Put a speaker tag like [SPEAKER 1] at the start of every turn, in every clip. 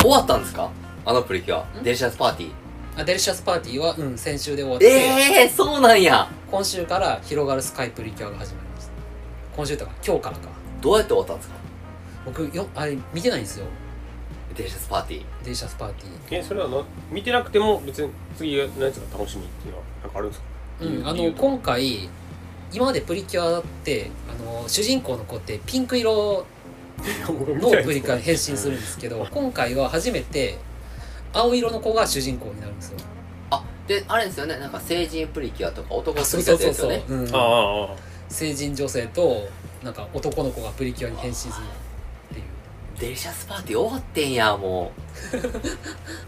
[SPEAKER 1] 終わったんですかあのプリキュア。デリシャスパーティー。
[SPEAKER 2] あデリシャスパーティーは、うん、先週で終わって、
[SPEAKER 1] ええー、そうなんや。
[SPEAKER 2] 今週から広がるスカイプリキュアが始まりました今週とか今日からか
[SPEAKER 1] どうやって終わったんですか
[SPEAKER 2] 僕よあれ見てないんですよ
[SPEAKER 1] デリシャスパーティー。
[SPEAKER 2] デリシャスパーティー
[SPEAKER 3] えそれはな見てなくても別に次のやつが楽しみっていうのはなんかあるんです か
[SPEAKER 2] うん、あ
[SPEAKER 3] 理由
[SPEAKER 2] の
[SPEAKER 3] とか
[SPEAKER 2] 今回今までプリキュアってあの主人公の子ってピンク色
[SPEAKER 3] 僕
[SPEAKER 2] のプリキュアに変身するんですけど今回は初めて青色の子が主人公になるんですよ。
[SPEAKER 1] あ、で、あれですよね。なんか成人プリキュアとか男
[SPEAKER 2] あ
[SPEAKER 1] のプ
[SPEAKER 2] そう
[SPEAKER 1] リキュ
[SPEAKER 2] そ
[SPEAKER 1] ア
[SPEAKER 2] う
[SPEAKER 1] ってや
[SPEAKER 2] そう
[SPEAKER 1] つよ
[SPEAKER 2] そう、
[SPEAKER 1] ね。
[SPEAKER 2] うん
[SPEAKER 3] ああああ
[SPEAKER 2] 成人女性となんか男の子がプリキュアに変身するっていう
[SPEAKER 1] デリシャスパーティー終わってんや、も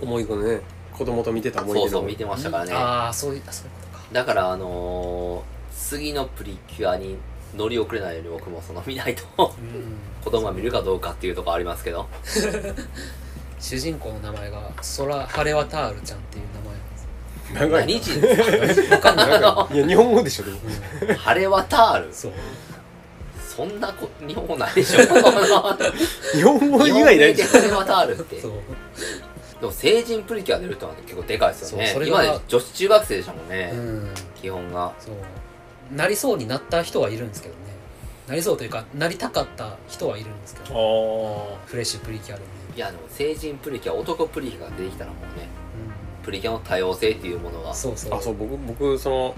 [SPEAKER 3] 思い出のね子供と見てた
[SPEAKER 1] う。
[SPEAKER 3] 思い
[SPEAKER 1] そう
[SPEAKER 3] 出の
[SPEAKER 1] そう、見てましたからね。
[SPEAKER 2] ああそういうあそういうことか
[SPEAKER 1] だからあのー、次のプリキュアに乗り遅れないように僕もその見ないと
[SPEAKER 2] うん
[SPEAKER 1] 子供が見るかどうかっていうところありますけど
[SPEAKER 2] 主人公の名前がソラ・ハレワタールちゃんっていう名前なんです
[SPEAKER 3] 長い
[SPEAKER 1] 何時ですか
[SPEAKER 3] わかんない長いいや日本語でしょでも
[SPEAKER 1] 晴れ渡る
[SPEAKER 2] そう
[SPEAKER 1] そんなこ日本語ないでしょ日
[SPEAKER 3] 日本語以外ないでしょ
[SPEAKER 1] 晴れ渡るって
[SPEAKER 2] そう
[SPEAKER 1] でも成人プリキュア出るってのは結構でかいですよね
[SPEAKER 2] そうそれが
[SPEAKER 1] 今で女子中学生でしたもんね、
[SPEAKER 2] うん
[SPEAKER 1] 基本が
[SPEAKER 2] そうなりそうになった人はいるんですけどねなりそうというかなりたかった人はいるんですけど
[SPEAKER 3] あ
[SPEAKER 2] フレッシュプリキュアでね、
[SPEAKER 1] いやでも成人プリキュア男プリキュアが出てきたらもうね
[SPEAKER 2] う
[SPEAKER 1] プリキュアの多様性っていうものが
[SPEAKER 2] ん、そうそう
[SPEAKER 3] あそう僕僕その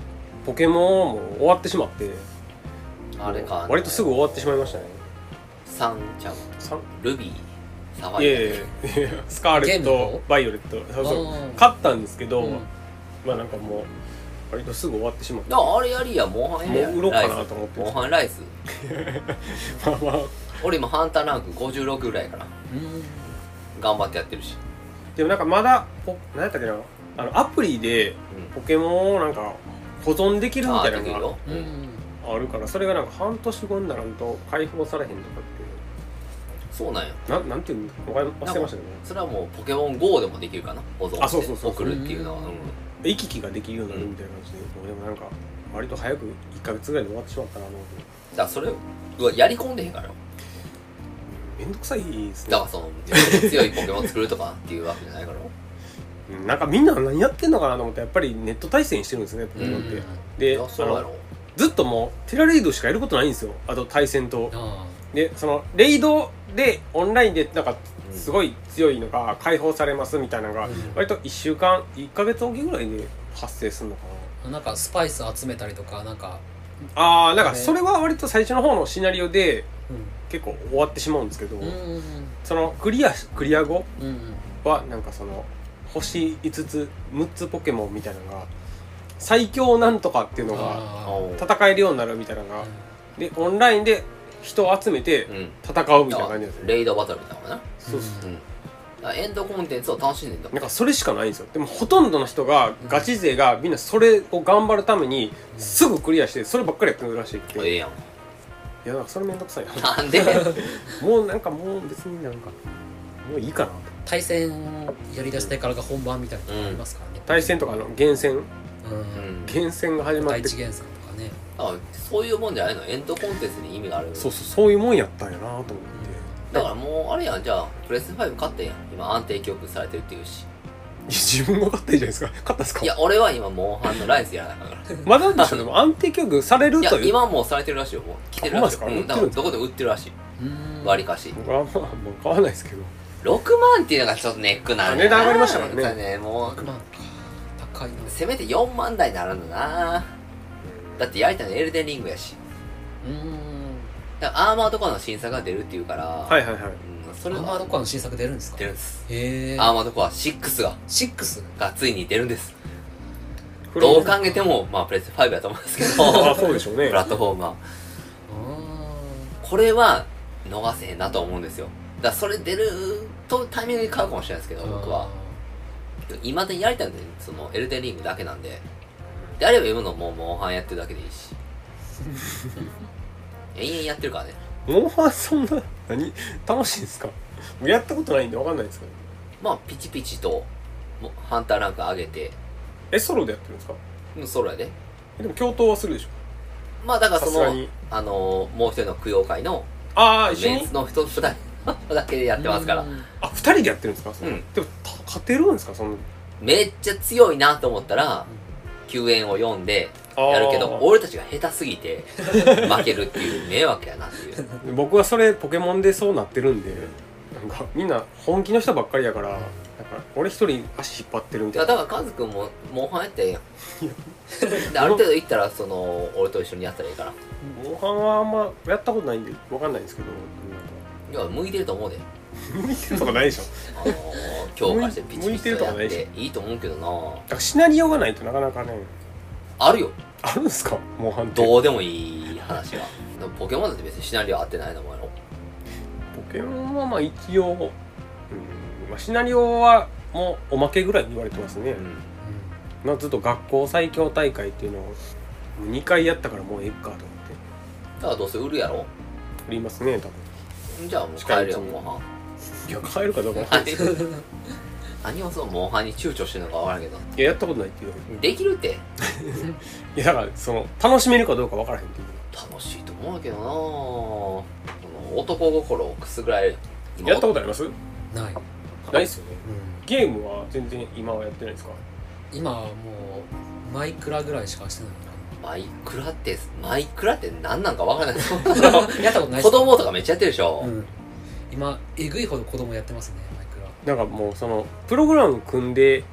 [SPEAKER 3] ポケモンも終わってしまって
[SPEAKER 1] あれか
[SPEAKER 3] 割とすぐ終わってしまいましたね
[SPEAKER 1] サンちゃん
[SPEAKER 3] さ
[SPEAKER 1] ルビーサファ
[SPEAKER 3] い
[SPEAKER 1] イア
[SPEAKER 3] やいやいやスカーレッ
[SPEAKER 2] ゲーム
[SPEAKER 3] ト
[SPEAKER 2] の
[SPEAKER 3] バイオレットそうそう
[SPEAKER 2] あー
[SPEAKER 3] 勝ったんですけど、
[SPEAKER 2] うん
[SPEAKER 3] まあなんかもう割とすぐ終わってしまって
[SPEAKER 1] だからあれやりやモンハンや
[SPEAKER 3] もう売ろうかなと思って
[SPEAKER 1] モンハンライス
[SPEAKER 3] まあまあ
[SPEAKER 1] 俺今ハンターランク56ぐらいかな
[SPEAKER 2] うん
[SPEAKER 1] 頑張ってやってるし、
[SPEAKER 3] でもなんかまだポ何やったっけなあのアプリでポケモンをなんか保存できるみ
[SPEAKER 1] あ
[SPEAKER 3] た
[SPEAKER 1] あ
[SPEAKER 3] い
[SPEAKER 1] で
[SPEAKER 3] な
[SPEAKER 1] きる
[SPEAKER 3] の
[SPEAKER 1] よ、
[SPEAKER 2] うん
[SPEAKER 3] があるからそれがなんか半年後にならんと解放されへんとか
[SPEAKER 1] そうなんよ
[SPEAKER 3] っていうななんていうのわかり忘れましたけどね
[SPEAKER 1] それはもうポケモン GO でもできるかな保存して
[SPEAKER 3] あそうそうそう
[SPEAKER 1] 送るっていうのは、
[SPEAKER 2] うん
[SPEAKER 1] うん
[SPEAKER 3] 行き来ができるようになるみたいな感じで、もうでもなんか割と早く1か月ぐらいで終わってしまったなと思って
[SPEAKER 1] だからそれはやり込んでへんからよ
[SPEAKER 3] めんどくさいですね
[SPEAKER 1] だからその自分で強いポケモン作るとかっていうわけじゃないからよ
[SPEAKER 3] うんなんかみんな何やってんのかなと思ってやっぱりネット対戦してるんですねポケ
[SPEAKER 2] うん
[SPEAKER 3] モンっ
[SPEAKER 2] う
[SPEAKER 3] て、
[SPEAKER 2] ん
[SPEAKER 1] い
[SPEAKER 3] で
[SPEAKER 1] やそ
[SPEAKER 3] あ
[SPEAKER 1] うや
[SPEAKER 3] の
[SPEAKER 1] ろ
[SPEAKER 3] ずっともうテラレイドしかやることないんですよあと対戦と
[SPEAKER 2] あ
[SPEAKER 3] でそのレイドでオンラインでなんか
[SPEAKER 1] うん
[SPEAKER 3] すごい強いのが解放されますみたいなの
[SPEAKER 2] あ
[SPEAKER 3] が
[SPEAKER 2] う
[SPEAKER 3] 割と1週間1か月おきぐらいで発生するのかなん
[SPEAKER 2] なんかスパイス集めたりとかなんか、
[SPEAKER 3] あーなんかそれは割と最初の方のシナリオで
[SPEAKER 2] う
[SPEAKER 3] 結構終わってしまうんですけど、
[SPEAKER 2] んうん
[SPEAKER 3] そのクリアクリア後
[SPEAKER 2] うん
[SPEAKER 3] はなんかその星5つ6つポケモンみたいなのが最強なんとかっていうのが
[SPEAKER 2] あ
[SPEAKER 3] 戦えるようになるみたいなの
[SPEAKER 2] あ
[SPEAKER 3] がでオンラインで人を集めて
[SPEAKER 1] うん
[SPEAKER 3] 戦うみたいな感じなんですね
[SPEAKER 1] レイドバトルみたいなのかな
[SPEAKER 3] そうそう
[SPEAKER 1] うんだからエンドコンテンツを楽しんでんだ
[SPEAKER 3] なんかそれしかないんですよでもほとんどの人がガチ勢がみんなそれを頑張るためにすぐクリアしてそればっかりやってるらしいって
[SPEAKER 1] ええ
[SPEAKER 3] い
[SPEAKER 1] やん
[SPEAKER 3] やなんかそれめんどくさいな
[SPEAKER 1] なん で
[SPEAKER 3] もうなんかもう別になんかもういいかな
[SPEAKER 2] 対戦やりだしてからが本番みたいなのがありますからね、
[SPEAKER 3] 対戦とかあの厳選
[SPEAKER 2] うん
[SPEAKER 1] うん
[SPEAKER 3] 厳選が始まっ
[SPEAKER 2] 第
[SPEAKER 3] て
[SPEAKER 2] 一元さんとかね
[SPEAKER 1] だからそういうもんじゃないのエンドコンテンツに意味がある
[SPEAKER 3] そうそうそういうもんやったんやなと思って
[SPEAKER 1] だからもうあれやんじゃあプレス5買ってんやん今安定供給されてるっていうし
[SPEAKER 3] いや自分が勝ったんじゃないですか勝ったっすか
[SPEAKER 1] いや俺は今モンハンのライスやらなあかんか
[SPEAKER 3] まだでしょ でも安定供給される
[SPEAKER 1] ら
[SPEAKER 3] と
[SPEAKER 1] い
[SPEAKER 3] い
[SPEAKER 1] や
[SPEAKER 3] う
[SPEAKER 1] 今もうされてるらしいよもう来てるらしいよ、
[SPEAKER 3] あほんまですか
[SPEAKER 1] うん、だからどこでも売ってるらしい
[SPEAKER 2] うん
[SPEAKER 1] 割りかし
[SPEAKER 3] 僕はまあもう買わないですけど
[SPEAKER 1] 6万っていうのがちょっとネックなのよな
[SPEAKER 3] 値段上がりましたからね
[SPEAKER 1] なんねも
[SPEAKER 2] 6
[SPEAKER 1] う
[SPEAKER 2] 万か高いな
[SPEAKER 1] せめて4万台になるんだなだってやりたいのエルデンリングやし
[SPEAKER 2] うん
[SPEAKER 1] だからアーマーとかの新作が出るっていうから、
[SPEAKER 3] はいいはいはい
[SPEAKER 1] うん、そ
[SPEAKER 2] ア
[SPEAKER 1] れ
[SPEAKER 2] ーマード
[SPEAKER 1] は
[SPEAKER 2] コアの新作出るんですか
[SPEAKER 1] 出
[SPEAKER 2] へ
[SPEAKER 1] るんです
[SPEAKER 2] え
[SPEAKER 1] アーマーとかは6が
[SPEAKER 2] シックス
[SPEAKER 1] がついに出るんです
[SPEAKER 3] これ
[SPEAKER 1] どう考えてもまあプレス5やと思うんですけ
[SPEAKER 3] あ
[SPEAKER 1] ど
[SPEAKER 3] あ そうでしょうね
[SPEAKER 1] プラットフォームはこれは逃せへんなと思うんですよだからそれ出るとタイミングで買うかもしれないですけど僕は今でやりたいのでそのエルデンリングだけなんでであれば今のもうモンハンやってるだけでいい し延々やってるからね
[SPEAKER 3] モンハンそんな何楽しいんですかもうやったことないんでわかんないですけど
[SPEAKER 1] まあピチピチともハンターランク上げて
[SPEAKER 3] えソロでやってるんですか
[SPEAKER 1] うんソロやで
[SPEAKER 3] えでも共闘はするでしょ
[SPEAKER 1] まあだから
[SPEAKER 3] さ
[SPEAKER 1] そ
[SPEAKER 3] すが
[SPEAKER 1] の
[SPEAKER 3] に
[SPEAKER 1] あのーもう一人の供養会の
[SPEAKER 3] ああ一緒
[SPEAKER 1] メン
[SPEAKER 3] に
[SPEAKER 1] ツの人二人だけでやってますから
[SPEAKER 2] うん
[SPEAKER 3] あ二二人でやってるんですかそれ
[SPEAKER 1] うん
[SPEAKER 3] でもた勝てるんですかその
[SPEAKER 1] めっちゃ強いなと思ったら救援を読んでやるけど
[SPEAKER 3] あー
[SPEAKER 1] 俺たちが下手すぎ て負けるっていう迷惑やなっていう
[SPEAKER 3] 僕はそれポケモンでそうなってるんでなんかみんな本気の人ばっかりやからなんか俺一人足引っ張ってるみ
[SPEAKER 1] い
[SPEAKER 3] た
[SPEAKER 1] や
[SPEAKER 3] いな
[SPEAKER 1] だからカズくんもモンハンやったらええやんである程度行ったらその俺と一緒にやったらいいから
[SPEAKER 3] モンハンはあんまやったことないんでわかんないんですけど
[SPEAKER 1] いや向いてると思うで
[SPEAKER 3] 向いてるとかないでしょ
[SPEAKER 1] あのー強化してピチ
[SPEAKER 3] 向
[SPEAKER 1] ピ
[SPEAKER 3] いて
[SPEAKER 1] チ
[SPEAKER 3] る
[SPEAKER 1] と
[SPEAKER 3] とか
[SPEAKER 1] やっ
[SPEAKER 3] ないして
[SPEAKER 1] いいと思うけどな
[SPEAKER 3] だからシナリオがないとなかなかね
[SPEAKER 1] あるよ
[SPEAKER 3] あるんですかモンハンって
[SPEAKER 1] どうでもいい話がでもポケモンだって別にシナリオ合ってないのもんやろ
[SPEAKER 3] ポケモンはまあ一応、うんまあ、シナリオはもうおまけぐらいに言われてますね
[SPEAKER 1] う、ん
[SPEAKER 3] まあずっと学校最強大会っていうのを2回やったからもうええかと思って
[SPEAKER 1] だからどうせ売るやろ
[SPEAKER 3] 売りますね多分
[SPEAKER 1] じゃあもう帰るよモンハン
[SPEAKER 3] いや買えるかどうか分かんないです
[SPEAKER 1] はい 何をそのモンハンに躊躇してるのか分からんけど
[SPEAKER 3] いややったことないっていう
[SPEAKER 1] できるって
[SPEAKER 3] いやだからその楽しめるかどうか分からへんっていう
[SPEAKER 1] 楽しいと思うけどなこの男心をくすぐられる今
[SPEAKER 3] やったことあります
[SPEAKER 2] うんない、うん、
[SPEAKER 3] ないっすよねゲームは全然今はやってないですか
[SPEAKER 2] 今はもうマイクラぐらいしかしてない
[SPEAKER 1] マイクラってマイクラって何なんか分 からないです
[SPEAKER 2] のかなやったことないっす
[SPEAKER 1] 子供とかめっちゃやってるでしょ、
[SPEAKER 2] うん、今えぐいほど子供やってますねマイクラ
[SPEAKER 3] なんかもうそのプログラム組んで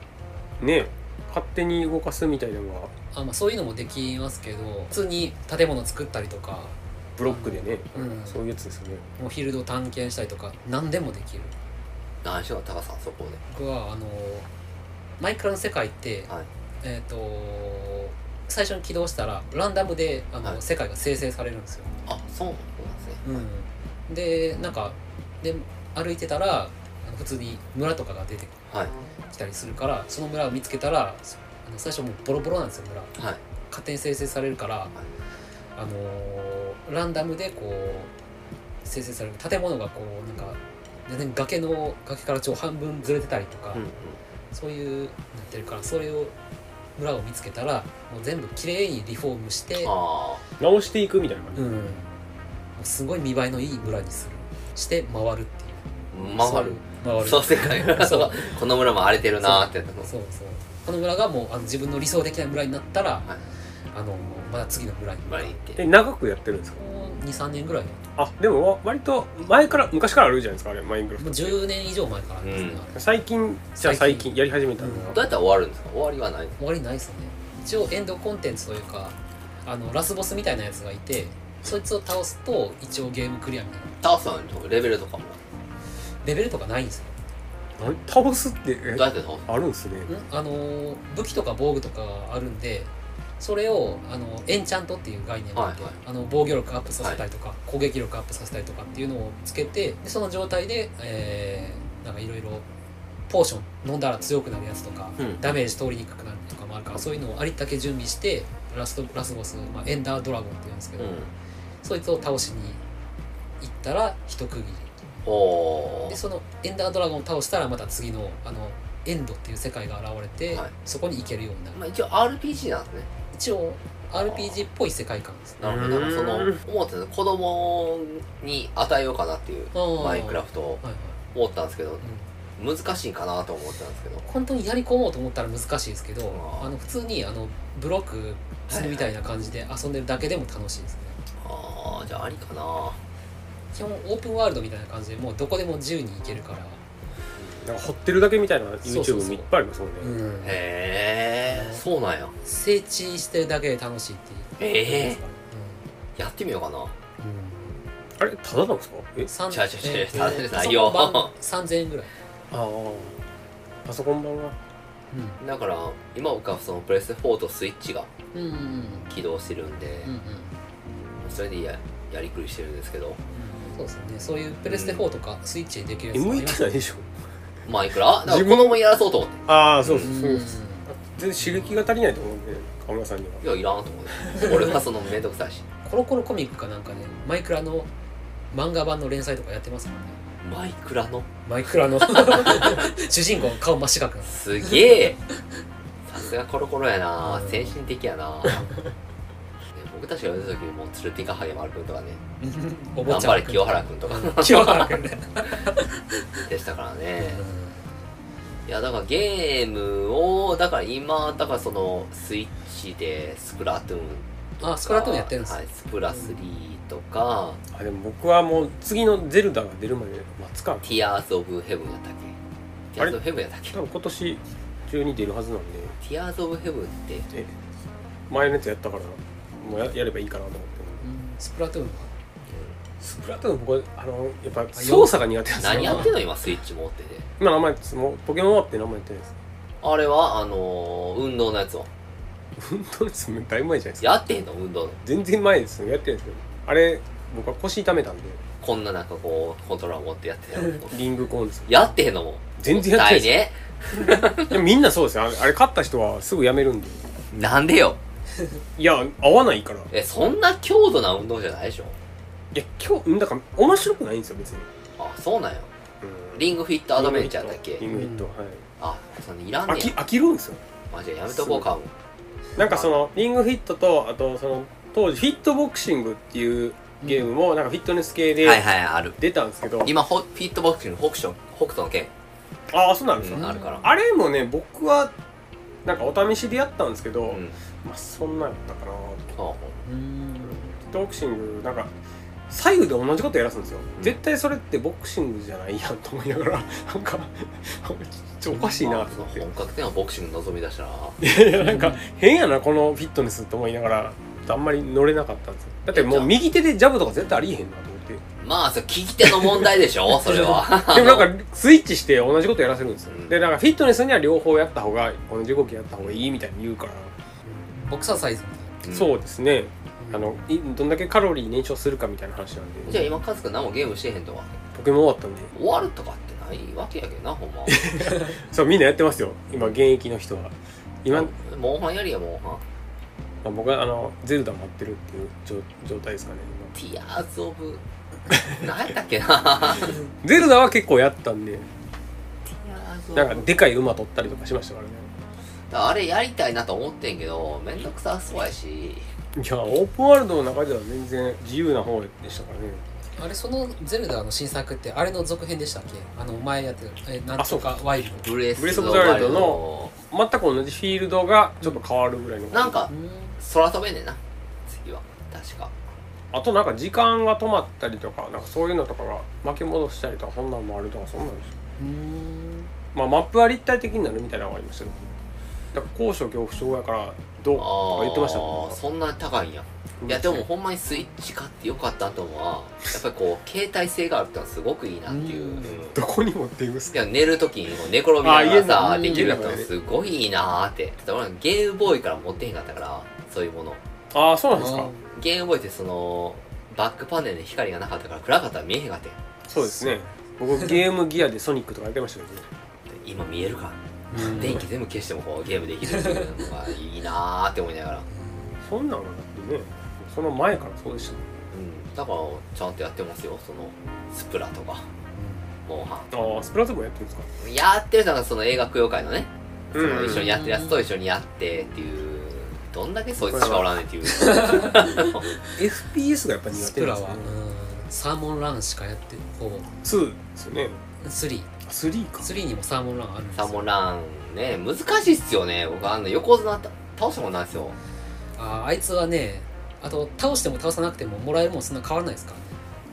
[SPEAKER 3] ね勝手に動かすみたいなのが
[SPEAKER 2] あ、まあ、そういうのもできますけど普通に建物作ったりとか、
[SPEAKER 3] ブロックでね
[SPEAKER 2] うん、
[SPEAKER 3] そういうやつですよね
[SPEAKER 2] もうフィールド探検したりとか何でもできる
[SPEAKER 1] 何しろ高さんそこで
[SPEAKER 2] 僕はあのマイクラの世界って、
[SPEAKER 1] はい
[SPEAKER 2] えっ、と最初に起動したらランダムであの、
[SPEAKER 1] はい
[SPEAKER 2] 世界が生成されるんですよ、
[SPEAKER 1] あそうなんですね
[SPEAKER 2] うん、でなんかで歩いてたらあの普通に村とかが出て
[SPEAKER 1] はい
[SPEAKER 2] きたりするからその村を見つけたらそあの最初もうボロボロなんですよ村
[SPEAKER 1] はい
[SPEAKER 2] 勝手に生成されるから、あのーランダムでこう生成される建物がこうなんか全然崖の崖からちょ半分ずれてたりとか、
[SPEAKER 1] うんうん
[SPEAKER 2] そういうなってるからそれを村を見つけたらもう全部きれいにリフォームして、
[SPEAKER 1] あ
[SPEAKER 3] 直していくみたいな感じ、
[SPEAKER 2] うん、もうすごい見栄えのいい村にするして回るっていう
[SPEAKER 1] あ曲がる
[SPEAKER 2] そう回る
[SPEAKER 1] そう世界が
[SPEAKER 2] そう
[SPEAKER 1] この村も荒れてるなーってやったの
[SPEAKER 2] そうそうこの村がもうあの自分の理想的な村になったら、
[SPEAKER 1] はい
[SPEAKER 2] あのまた次の村に
[SPEAKER 1] 村に行って
[SPEAKER 3] え長くやってるんですか
[SPEAKER 2] もう23年ぐらい
[SPEAKER 3] あでもわ割と前から昔からあるじゃないですかあれマインクラフ
[SPEAKER 2] もう
[SPEAKER 3] ト
[SPEAKER 2] 10年以上前からあるんですね、
[SPEAKER 1] うん
[SPEAKER 2] あれ
[SPEAKER 3] 最近じゃあ最
[SPEAKER 2] 最
[SPEAKER 3] 近
[SPEAKER 2] 近
[SPEAKER 3] やり始めたんだ
[SPEAKER 1] どうやったら終わるんですか終わりはない
[SPEAKER 2] 終わりないですね一応エンドコンテンツというかあのラスボスみたいなやつがいてそいつを倒すと一応ゲームクリアみたいな
[SPEAKER 1] 倒すのにレベルとかも
[SPEAKER 2] レベルとかないんですよ、
[SPEAKER 3] な、ん倒すってえ
[SPEAKER 1] どうやって倒す
[SPEAKER 3] あるんすね
[SPEAKER 2] あのー武器とか防具とかあるんでそれをあのエンチャントっていう概念があって、
[SPEAKER 1] はいは
[SPEAKER 2] あの防御力アップさせたりとか、攻撃力アップさせたりとかっていうのをつけてでその状態で、えーなんかいろいろポーション飲んだら強くなるやつとか、
[SPEAKER 1] うん
[SPEAKER 2] ダメージ通りにくくなるとかもあるからそういうのをありったけ準備してラストラスボス、まあ、エンダードラゴンって言うんですけど、
[SPEAKER 1] う
[SPEAKER 2] そいつを倒しに行ったら一区切
[SPEAKER 1] んお
[SPEAKER 2] りで
[SPEAKER 1] ー
[SPEAKER 2] そのエンダードラゴンを倒したらまた次のあのエンドっていう世界が現れて、
[SPEAKER 1] はい
[SPEAKER 2] そこに行けるようになる、
[SPEAKER 1] まあ一応 RPG なんですね
[SPEAKER 2] 一応 RPG っぽい世界観ですね
[SPEAKER 1] なるほどだからそう
[SPEAKER 3] ー
[SPEAKER 1] の思ったんです子供に与えようかなっていうマイクラフトを
[SPEAKER 2] ト、はいはい
[SPEAKER 1] 思ったんですけど
[SPEAKER 2] う
[SPEAKER 1] 難しいかなと思ったんですけど
[SPEAKER 2] ん、本当にやり込もうと思ったら難しいですけど
[SPEAKER 1] あー
[SPEAKER 2] あの普通にあのブロック積むみたいな感じで遊んでるだけでも楽しいですね、
[SPEAKER 1] ああじゃあありかな
[SPEAKER 2] 基本オープンワールドみたいな感じでもうどこでも自由に行けるから、
[SPEAKER 3] なんか掘ってるだけみたいな
[SPEAKER 2] そうそう
[SPEAKER 3] YouTube
[SPEAKER 2] そう
[SPEAKER 3] もいっぱいありますもんね
[SPEAKER 2] うん
[SPEAKER 1] へえそうなんや
[SPEAKER 2] 整地してるだけで楽しいっていう
[SPEAKER 1] ええ
[SPEAKER 2] か、
[SPEAKER 1] やってみようかな
[SPEAKER 2] うんうん
[SPEAKER 3] あれただなんですかえ
[SPEAKER 2] 三
[SPEAKER 1] ちゃうちゃうちゃう
[SPEAKER 2] えー
[SPEAKER 1] 食べてないよ
[SPEAKER 2] パソコン版3000円ぐらい、
[SPEAKER 3] ああパソコン版が
[SPEAKER 1] だから今僕はそのプレステ4とスイッチが
[SPEAKER 2] うん、うんうんうん
[SPEAKER 1] 起動してるんで、
[SPEAKER 2] うんうん
[SPEAKER 1] それでややりくりしてるんですけど
[SPEAKER 2] そうですねそういうプレステ4とかスイッチでできる
[SPEAKER 3] え
[SPEAKER 2] やつもあ
[SPEAKER 3] 向い
[SPEAKER 2] りま
[SPEAKER 3] て
[SPEAKER 2] す
[SPEAKER 3] ないでしょ
[SPEAKER 1] まあいくらだから
[SPEAKER 3] 自
[SPEAKER 1] 子
[SPEAKER 3] 分
[SPEAKER 1] 供にやらそうと思っ
[SPEAKER 3] ああそうそううんそうです全然刺激が足りないと思うんで河村さんには
[SPEAKER 1] ていやいらんと思って俺はそのめんどくさいし
[SPEAKER 2] コロコロコミックかなんかねマイクラの漫画版の連載とかやってますからね
[SPEAKER 1] マイクラの
[SPEAKER 2] マイク ラの主人公顔真っ白くなる
[SPEAKER 1] すげえさすがコロコロやな
[SPEAKER 2] うん
[SPEAKER 1] 先進的やなね僕僕確か読んだ時もう鶴ピカハゲ丸くんとかね
[SPEAKER 2] お坊
[SPEAKER 1] 頑
[SPEAKER 2] ちゃ
[SPEAKER 1] 張
[SPEAKER 2] ん
[SPEAKER 1] れ清原くんとか
[SPEAKER 2] うん清原君ね
[SPEAKER 1] でしたからね、いやだからゲームをだから今だからそのスイッチでスプラトゥーンとか
[SPEAKER 2] あスプラトゥーンやってるんです
[SPEAKER 1] はいスプラ3とか、
[SPEAKER 3] あでも僕はもう次のゼルダが出るまで待つか
[SPEAKER 1] ティアーズ・オブ・ヘブンやったっけティアー
[SPEAKER 3] あれ
[SPEAKER 1] ズ・オブ・ヘブンやったっけ
[SPEAKER 3] 多分今年中に出るはずなんで
[SPEAKER 1] ティアーズ・オブ・ヘブンって
[SPEAKER 3] え前のやつやったからもうややればいいかなと思って
[SPEAKER 2] うんスプラトゥーンは
[SPEAKER 3] スプラトゥーン僕はあのやっぱ操作が苦手なんですよ
[SPEAKER 1] 何やってんの今スイッチ持ってて
[SPEAKER 3] 今名前つもポケモンはって名前やってないです
[SPEAKER 1] あれはあのー運動のやつは
[SPEAKER 3] 運動ですもうだいぶ前じゃないですか
[SPEAKER 1] やってへんの運動の
[SPEAKER 3] 全然前ですよやってるんですけどあれ僕は腰痛めたんで
[SPEAKER 1] こんななんかこうコントローラー持ってやってた よ
[SPEAKER 3] リングコーンです
[SPEAKER 1] やってへんのもう
[SPEAKER 3] 全然やってないです
[SPEAKER 1] ね
[SPEAKER 3] いやみんなそうですよあれあれ勝った人はすぐやめるんで
[SPEAKER 1] なんでよ
[SPEAKER 3] いや合わないからい
[SPEAKER 1] えそんな強度な運動じゃないでしょ
[SPEAKER 3] や今日だから面白くないんですよ別に、
[SPEAKER 1] あそうなんよ
[SPEAKER 3] うん
[SPEAKER 1] リングフィットアドベンチャーだっけ
[SPEAKER 3] リングフィット、はい
[SPEAKER 1] あそのいらん
[SPEAKER 3] 飽
[SPEAKER 1] ね
[SPEAKER 3] き
[SPEAKER 1] や
[SPEAKER 3] 飽きるんですよ
[SPEAKER 1] あじゃあやめとこうかも
[SPEAKER 3] なんかそのリングフィットとあとその当時フィットボクシングっていうゲームもなんかフィットネス系
[SPEAKER 1] はい
[SPEAKER 3] で
[SPEAKER 1] はいある
[SPEAKER 3] 出たんですけど、
[SPEAKER 1] 今ホフィットボクシング北斗北斗の拳、
[SPEAKER 3] ああそうなんです
[SPEAKER 1] う
[SPEAKER 3] よ、
[SPEAKER 1] ん、あるから
[SPEAKER 3] あれもね僕はなんかお試しでやったんですけど、
[SPEAKER 1] うん
[SPEAKER 3] まあそんなんやったかな
[SPEAKER 1] そう
[SPEAKER 2] うん
[SPEAKER 3] フィットボクシングなんか左右で同じことやらすんですよ、
[SPEAKER 1] うん
[SPEAKER 3] 絶対それってボクシングじゃないやんと思いながら なんかちょっとおかしいな
[SPEAKER 1] まあ
[SPEAKER 3] と
[SPEAKER 1] その
[SPEAKER 3] 思って
[SPEAKER 1] 本格的なボクシング望み出したら
[SPEAKER 3] いやなんか変やなこのフィットネスと思いながらあんまり乗れなかったんですよだってもう右手でジャブとか絶対ありえへんなと思って
[SPEAKER 1] まあそれ聞き手の問題でし ょそれは
[SPEAKER 3] でもなんかスイッチして同じことやらせるんですよ、
[SPEAKER 1] うん
[SPEAKER 3] でなんかフィットネスには両方やった方が同じ動きやった方がいいみたいに言うから、
[SPEAKER 2] ボクサーサイズみ
[SPEAKER 3] そうですね
[SPEAKER 2] たいな
[SPEAKER 3] あのいどんだけカロリー燃焼するかみたいな話なん
[SPEAKER 1] じゃあ
[SPEAKER 3] で
[SPEAKER 1] 今カズくん何もゲームしてへんとは
[SPEAKER 3] ポケモン終わったんで
[SPEAKER 1] 終わるとかってないわけやけどなほんま
[SPEAKER 3] そうみんなやってますよ今現役の人は今、ま
[SPEAKER 1] モンハンやりやモンハン
[SPEAKER 3] あ、僕はあのゼルダ待ってるっていう状状態ですかね
[SPEAKER 1] ティアーズ・オ ブ何やったっけな
[SPEAKER 3] 今ゼルダは結構やったんで
[SPEAKER 1] ティアーズ・オブ
[SPEAKER 3] なんかでかい馬取ったりとかしましたからね
[SPEAKER 1] だからあれやりたいなと思ってんけどめんどくさそうやし
[SPEAKER 3] いやオープンワールドの中では全然自由な方でしたからね
[SPEAKER 2] あれそのゼルダの新作ってあれの続編でしたっけあの前やってたえなん
[SPEAKER 3] あそ
[SPEAKER 2] と
[SPEAKER 3] う
[SPEAKER 2] かワイルド
[SPEAKER 1] ブレス・
[SPEAKER 3] ブレス
[SPEAKER 1] オ
[SPEAKER 3] オ
[SPEAKER 1] ブ・
[SPEAKER 3] ブ
[SPEAKER 1] ザ・
[SPEAKER 3] ザ
[SPEAKER 1] ワ
[SPEAKER 3] ワ
[SPEAKER 1] イ
[SPEAKER 3] イ
[SPEAKER 1] ル
[SPEAKER 3] ル
[SPEAKER 1] ド
[SPEAKER 3] ド
[SPEAKER 1] の
[SPEAKER 3] の全く同じフィールドがちょっと変わるぐらいの
[SPEAKER 1] なんか
[SPEAKER 2] うん
[SPEAKER 1] 空飛べねえな次は確か
[SPEAKER 3] あとなんか時間が止まったりとかなんかそういうのとかが巻き戻したりとかそんなのもあるとかそんなんですよ
[SPEAKER 2] うん
[SPEAKER 3] まあマップは立体的になるみたいなのがありましたけどだから高所恐怖症やからどうとか言ってましたも
[SPEAKER 1] あーそんなに高いんや
[SPEAKER 3] ん
[SPEAKER 1] いやでもほんまにスイッチ買ってよかったと思うわやっぱりこう携帯性があるってのはすごくいいなっていう、
[SPEAKER 2] うん
[SPEAKER 1] うん
[SPEAKER 3] どこに持っていくんす
[SPEAKER 1] い
[SPEAKER 3] か
[SPEAKER 1] や寝る時にもう寝転びながら
[SPEAKER 2] あ
[SPEAKER 1] さ
[SPEAKER 2] ー
[SPEAKER 1] で
[SPEAKER 2] 家の
[SPEAKER 1] きる
[SPEAKER 2] 中
[SPEAKER 1] ってのはすごいいいなーってだから俺ゲームボーイから持ってへんかったからそういうもの
[SPEAKER 3] ああそう
[SPEAKER 2] あ
[SPEAKER 3] なんですか
[SPEAKER 2] ー
[SPEAKER 1] ゲームボーイってそのバックパネルに光がなかったから暗かったら見えへんかったよ
[SPEAKER 3] そうですね僕ゲームギアでソニックとかやってましたけどね
[SPEAKER 1] 今見えるから
[SPEAKER 2] うん
[SPEAKER 1] 電気全部消してもこうゲームできるっていうのがいいなーって思いながら、
[SPEAKER 3] そんなんはだってねその前からそうでしたね
[SPEAKER 1] うん、だからちゃんとやってますよそのスプラとかモンハ
[SPEAKER 3] ああスプラトゥーンもやってるんですか
[SPEAKER 1] ンやってるのがその映画供養会のねそ
[SPEAKER 3] うん
[SPEAKER 1] の
[SPEAKER 3] うん
[SPEAKER 1] 一緒にやってるやつと一緒にやってっていうどんだけそいつしかおらんねんっていう
[SPEAKER 3] FPS がやっぱ苦
[SPEAKER 2] ス
[SPEAKER 3] 手
[SPEAKER 2] プ
[SPEAKER 3] な
[SPEAKER 2] ラ
[SPEAKER 3] んです
[SPEAKER 2] は、
[SPEAKER 3] ね
[SPEAKER 2] うんサーモンランしかやってほぼ
[SPEAKER 3] 2ですよね
[SPEAKER 2] 3
[SPEAKER 3] あ3か
[SPEAKER 2] 3にもサーモンランあるんです
[SPEAKER 1] サ
[SPEAKER 2] よ
[SPEAKER 1] モランね難しいっすよね僕あの横綱た倒したことないですよ
[SPEAKER 2] あーあいつはねあと倒しても倒さなくてももらえるもんそんな変わらないですからね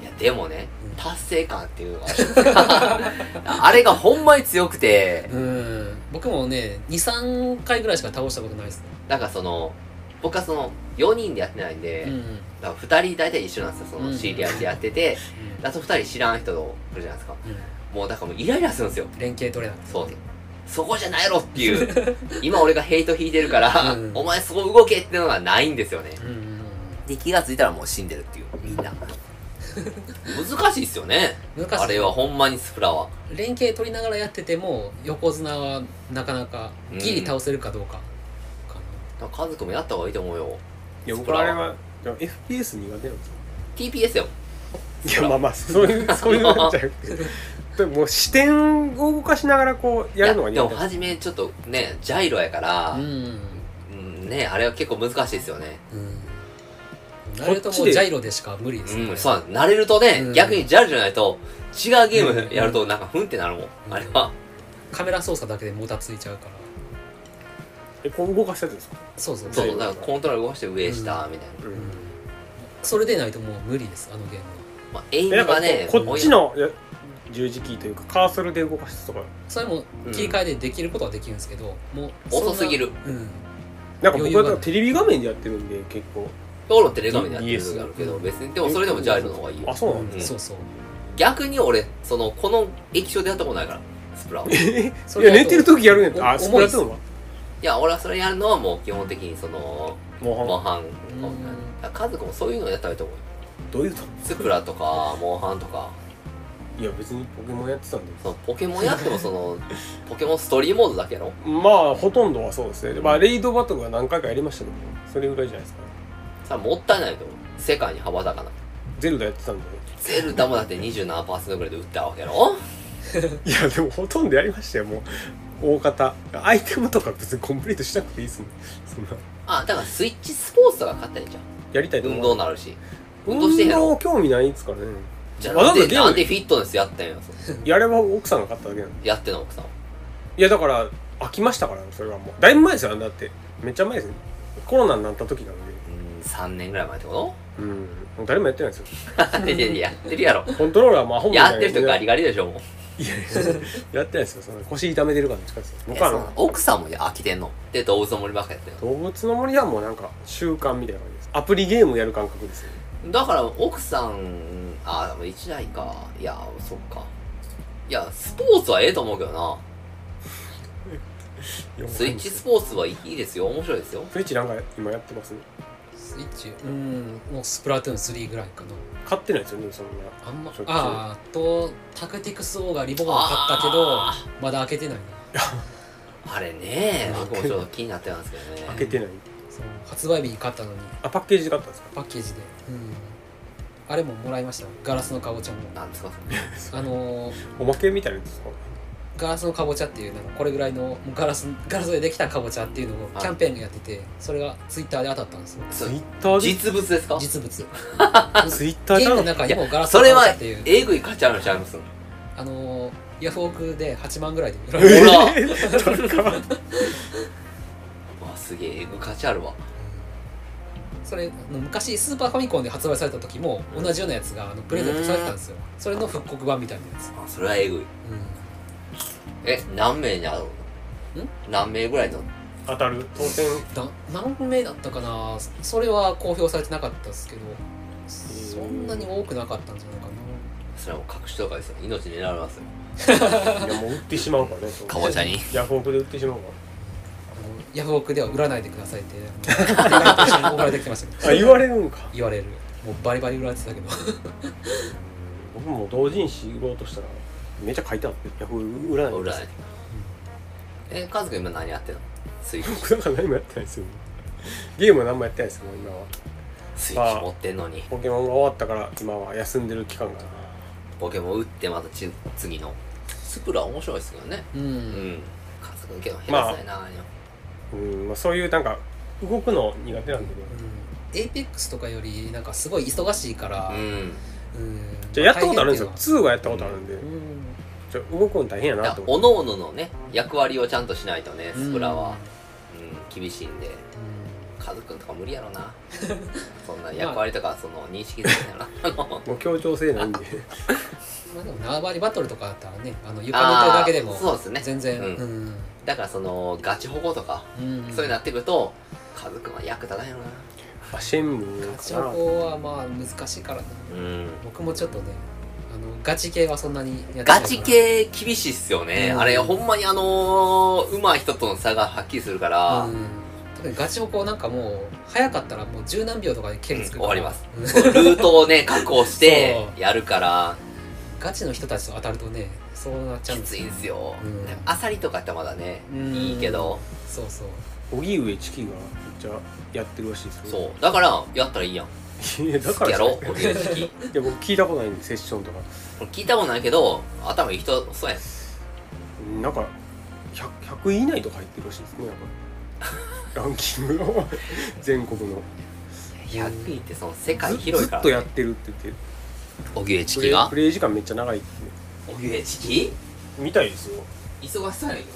[SPEAKER 1] いやでもね
[SPEAKER 2] うん
[SPEAKER 1] 達成感っていうのがある あれがほんまに強くて
[SPEAKER 2] うん僕もね23回ぐらいしか倒したことないですね
[SPEAKER 1] なんかその僕はその4人でやってないんで、
[SPEAKER 2] うん
[SPEAKER 1] だから2人大体一緒なんですよその
[SPEAKER 2] うん
[SPEAKER 1] 知り合いでやってて、あと2人知らん人と来るじゃないですか
[SPEAKER 2] うん
[SPEAKER 1] もうだからもうイライラするんですよ
[SPEAKER 2] 連携取れなくて
[SPEAKER 1] そうそこじゃないやろっていう今俺がヘイト引いてるから、
[SPEAKER 2] うん
[SPEAKER 1] お前そこ動けっていうのがないんですよね
[SPEAKER 2] うんうんうん
[SPEAKER 1] で気がついたらもう死んでるっていうみんな難しいっすよね
[SPEAKER 2] 難しい
[SPEAKER 1] あれはほんまにスプラは
[SPEAKER 2] 連携取りながらやってても横綱はなかなかギリ倒せるかどうかか
[SPEAKER 1] だからカズくんもやった方がいいと思うよ
[SPEAKER 3] いや僕あれは FPS 苦手なんですよ
[SPEAKER 1] TPS よ
[SPEAKER 3] いやまあまあ そういうそういうのじゃなくてでももう視点を動かしながらこうやるのが
[SPEAKER 1] いや
[SPEAKER 3] 苦
[SPEAKER 1] でも
[SPEAKER 3] 手なんです
[SPEAKER 1] 初めちょっとねジャイロやから、
[SPEAKER 2] な、うん
[SPEAKER 1] うんねあれは結構難しいですよね
[SPEAKER 2] うんなるとも
[SPEAKER 3] こっち
[SPEAKER 2] う
[SPEAKER 3] で
[SPEAKER 2] ジャイロでしか無理ですね、
[SPEAKER 1] うん、そうなんです慣れるとね、
[SPEAKER 2] うん
[SPEAKER 1] 逆にジャルじゃないと違うゲー
[SPEAKER 2] う
[SPEAKER 1] ム
[SPEAKER 2] ん
[SPEAKER 1] やるとなんかふんってなるもん、あれは
[SPEAKER 2] カメラ操作だけでもたついちゃうから
[SPEAKER 3] えこう動かしたやつですか
[SPEAKER 2] そうそう
[SPEAKER 1] そう
[SPEAKER 2] ジャイ
[SPEAKER 1] だ
[SPEAKER 2] ロ
[SPEAKER 1] からコントロール動かして上下みたいな、
[SPEAKER 2] うんそれでないともう無理ですあのゲームは
[SPEAKER 1] まあ、エイ
[SPEAKER 3] え
[SPEAKER 1] ム
[SPEAKER 3] なんか
[SPEAKER 1] がね
[SPEAKER 3] ここっちのや十字キーというかカーソルで動かしたとか
[SPEAKER 2] それも切り替えでできることはできるんですけど、もうそんな
[SPEAKER 1] 遅すぎる
[SPEAKER 2] うん
[SPEAKER 3] なんか僕
[SPEAKER 2] 余裕が
[SPEAKER 3] は
[SPEAKER 2] ない
[SPEAKER 3] テレビ画面でやってるんで結構
[SPEAKER 1] 俺もテレビ画面でやってる時あるけど
[SPEAKER 2] DS
[SPEAKER 1] 別にでもそれでもジャイロの方がいいよ
[SPEAKER 3] あそうなん
[SPEAKER 1] だ
[SPEAKER 2] うんそうそう
[SPEAKER 1] 逆に俺そのこの液晶でやったことないからスプラをい
[SPEAKER 3] え
[SPEAKER 2] そ
[SPEAKER 3] い
[SPEAKER 2] れ
[SPEAKER 3] や
[SPEAKER 2] だと
[SPEAKER 3] 寝てる時やるねんって
[SPEAKER 2] お
[SPEAKER 3] あスプラトゥーンは
[SPEAKER 1] や俺はそれやるのはもう基本的にその
[SPEAKER 3] モン
[SPEAKER 1] モン
[SPEAKER 3] ハ
[SPEAKER 1] ハン
[SPEAKER 2] うん
[SPEAKER 1] だから家族もそういうのやったらいいと思うよ
[SPEAKER 3] ンどういうと
[SPEAKER 1] スプラとかモンハンとか
[SPEAKER 3] いや別にポケモンやってたんで
[SPEAKER 1] そのポケモンやってもそのポケモンストーリーモードだけやろ
[SPEAKER 3] まあほとんどはそうですねまあレイドバトルは何回かやりましたけどそれぐらいじゃないですかね
[SPEAKER 1] さもったいないと思う世界に羽ばたかない
[SPEAKER 3] ゼルダやってたんで
[SPEAKER 1] ゼルダもだって27%ぐらいで打ったわけやろ
[SPEAKER 3] いやでもほとんどやりましたよもう大方アイテムとか別にコンプリートしなくていいっすねそんな
[SPEAKER 1] あだからスイッチスポーツとか買ったらいいじゃん
[SPEAKER 3] やりたいと思
[SPEAKER 1] 運
[SPEAKER 3] う
[SPEAKER 1] 動になるし運
[SPEAKER 3] 運
[SPEAKER 1] 動してへんやろ
[SPEAKER 3] 動興味ないっすからね
[SPEAKER 1] じゃあ
[SPEAKER 3] わ
[SPEAKER 1] な
[SPEAKER 3] ざ
[SPEAKER 1] ん
[SPEAKER 3] わ
[SPEAKER 1] で
[SPEAKER 3] ざゲーム
[SPEAKER 1] なんでフィットネスやってんやその
[SPEAKER 3] やれば奥さんが買っただけなんで
[SPEAKER 1] やってんの奥さん
[SPEAKER 3] いやだから飽きましたからそれはもうだいぶ前ですよだってめっちゃ前ですよコロナになった時なんで
[SPEAKER 1] うん3年ぐらい前ってこ
[SPEAKER 3] うんもう誰もやってないんですよ
[SPEAKER 1] と でででやってるやろ
[SPEAKER 3] コントローラーもアホみたい
[SPEAKER 1] や
[SPEAKER 3] な
[SPEAKER 1] ってる人ガリガリでしょもう
[SPEAKER 3] いやいややってないですよその腰痛めてるから近いですよ
[SPEAKER 1] え
[SPEAKER 3] 僕
[SPEAKER 1] そう
[SPEAKER 3] はあ
[SPEAKER 1] なの
[SPEAKER 3] の
[SPEAKER 1] 奥さんも飽きてんので動物の森ばっかやってんの
[SPEAKER 3] 動物の森はもうなんか習慣みたいな感じですアプリゲームやる感覚ですよね
[SPEAKER 1] だから奥さんあでも1台かいやそっかいやスポーツはええと思うけどなスイッチスポーツはいいですよ面白いですよ
[SPEAKER 3] スイッチなんか今やってますね
[SPEAKER 2] スイッチうんもうスプラトゥーン3ぐらいかな
[SPEAKER 3] 買ってないですよねそんな
[SPEAKER 2] あんま
[SPEAKER 3] ちょっと
[SPEAKER 2] あーあとタクティクス王がリボンを買ったけど
[SPEAKER 1] あ
[SPEAKER 2] まだ開けてないな
[SPEAKER 1] あれね
[SPEAKER 3] うん
[SPEAKER 1] 僕もちょっと気になってたんですけどね
[SPEAKER 3] 開けてない
[SPEAKER 2] そう発売日に買ったのに
[SPEAKER 3] あパッケージで買ったんですか
[SPEAKER 2] パッケージで、うん、あれももらいましたガラスのかぼちゃも
[SPEAKER 1] なんですかそ
[SPEAKER 2] あのー
[SPEAKER 3] おまけみたいなやつですか
[SPEAKER 2] ガラスのかぼちゃっていうなんかこれぐらいのもうガラスガラスでできたかぼちゃっていうのを
[SPEAKER 1] はい
[SPEAKER 2] キャンペーンやっててそれがツイッターで当たったんですよ
[SPEAKER 1] れ
[SPEAKER 3] ツイッターで
[SPEAKER 1] 実物ですか
[SPEAKER 2] 実物
[SPEAKER 3] ツイッター
[SPEAKER 2] ゲ
[SPEAKER 3] で
[SPEAKER 2] ームの
[SPEAKER 3] あ
[SPEAKER 2] 中にもガラス
[SPEAKER 1] そ
[SPEAKER 2] の
[SPEAKER 1] れ
[SPEAKER 2] かぼ
[SPEAKER 1] は
[SPEAKER 2] ちゃっていう
[SPEAKER 1] えぐい価値あるのちゃいます
[SPEAKER 2] あのーヤフオクで8万ぐらいで売ら
[SPEAKER 1] ほ
[SPEAKER 2] れる
[SPEAKER 1] ら
[SPEAKER 3] 高っ
[SPEAKER 1] わすげええぐ価値あるわ
[SPEAKER 2] それあの昔スーパーファミコンで発売された時も同じようなやつがあのプレゼントされてたんですよそれの復刻版みたいなやつ、
[SPEAKER 1] あそれはえぐい
[SPEAKER 2] うん
[SPEAKER 1] え何名にあるの
[SPEAKER 2] ん
[SPEAKER 1] 何名ぐらいの
[SPEAKER 3] 当たる当選
[SPEAKER 2] だ何名だったかなそそれは公表されてなかったですけどそんなに多くなかったんじゃないか
[SPEAKER 1] それはもう隠しとかですよ命狙われますよ
[SPEAKER 3] いやもう売ってしまうからねそう
[SPEAKER 1] かぼちゃに
[SPEAKER 3] ヤフオクで売ってしまうか
[SPEAKER 2] なあのヤフオクでは売らないでくださいってあの手紙と一緒に送られてきましたけど
[SPEAKER 3] らあ言われるんか
[SPEAKER 2] 言われるもうバリバリ売られてたけど
[SPEAKER 3] 僕も同人誌売ろうとしたらめっちゃ書いてあってヤフー売らない
[SPEAKER 1] 売らないえカズくん今何やってんのスイッチ
[SPEAKER 3] 僕なんか何もやってないですよゲームは何もやってないですよもう今は
[SPEAKER 1] スイッチ持ってんのに
[SPEAKER 3] ポケモンが終わったから今は休んでる期間が
[SPEAKER 1] ポケモン打ってまたち次のスプラ面白いですけどね
[SPEAKER 2] う
[SPEAKER 1] うんんカズくんけど下手くさいな、
[SPEAKER 3] うん、まあ、そういうなんか動くの苦手なんでね
[SPEAKER 2] エイペックスとかよりなんかすごい忙しいから、
[SPEAKER 1] う
[SPEAKER 2] うん
[SPEAKER 1] ん
[SPEAKER 3] じゃあやったことあるんですよ
[SPEAKER 2] ま大変っていうのは
[SPEAKER 3] 2はやったことあるんで、
[SPEAKER 2] うん
[SPEAKER 3] ちょ動くの大変や
[SPEAKER 1] い
[SPEAKER 3] な
[SPEAKER 1] や
[SPEAKER 3] と思
[SPEAKER 1] お
[SPEAKER 3] って
[SPEAKER 1] のおののね役割をちゃんとしないとねスプラは、うん厳しいんで
[SPEAKER 2] う
[SPEAKER 1] カズくんとか無理やろなそんな役割とかその認識できないな あの
[SPEAKER 3] もう協調性ないんで
[SPEAKER 2] んまあでも縄張りバトルとかだったらねあの床の手だけでも
[SPEAKER 1] あーそうですね
[SPEAKER 2] 全然
[SPEAKER 1] うん
[SPEAKER 2] うん
[SPEAKER 1] だからそのガチ保護とか、
[SPEAKER 2] うん
[SPEAKER 1] そういうなってくるとカズくんは役立たんよな
[SPEAKER 3] あシェンムー
[SPEAKER 2] ガチ
[SPEAKER 3] か
[SPEAKER 2] ョ
[SPEAKER 3] な
[SPEAKER 2] コはまあ難しいからな
[SPEAKER 1] うん
[SPEAKER 2] 僕もちょっとねあのガチ系はそんなにやってないから
[SPEAKER 1] ガチ系厳しいっすよね、
[SPEAKER 2] うん
[SPEAKER 1] あれほんまにあのー、上手い人との差がはっきりするから、
[SPEAKER 2] うん特にガチョコなんかもう早かったらもう十何秒とかで蹴りつくから、
[SPEAKER 1] うん終わり
[SPEAKER 2] うん
[SPEAKER 1] ルートをね確保して
[SPEAKER 2] そ
[SPEAKER 1] やるから
[SPEAKER 2] ガチの人たちと当たるとねそうなっちゃう
[SPEAKER 1] きついんですよ、
[SPEAKER 2] うん
[SPEAKER 1] アサリとかってまだね、
[SPEAKER 2] うん
[SPEAKER 1] いいけど
[SPEAKER 2] そうそう
[SPEAKER 3] 荻上チキがめっちゃやってるらしいですよ
[SPEAKER 1] そうだからやったらいいやん
[SPEAKER 3] そういやだから
[SPEAKER 1] やろ
[SPEAKER 3] い
[SPEAKER 1] おげん式
[SPEAKER 3] や僕聞いたことないんでセッションとか
[SPEAKER 1] 聞いたことないけど頭いい人そうやん
[SPEAKER 3] なんか 100, 100位以 内とか入ってるらしいですねなんかランキングの全国の
[SPEAKER 1] 100位ってその世界
[SPEAKER 3] ず
[SPEAKER 1] 広
[SPEAKER 3] ず
[SPEAKER 1] いか
[SPEAKER 3] っ
[SPEAKER 1] ら
[SPEAKER 3] と
[SPEAKER 1] ね
[SPEAKER 3] やってるって言って
[SPEAKER 1] おぎゅえち
[SPEAKER 3] プ
[SPEAKER 1] き
[SPEAKER 3] レイ
[SPEAKER 1] が
[SPEAKER 3] プレイ時間めっちゃ長いって
[SPEAKER 1] おぎゅえちき
[SPEAKER 3] みたいですよ
[SPEAKER 1] 忙しそうやねんけ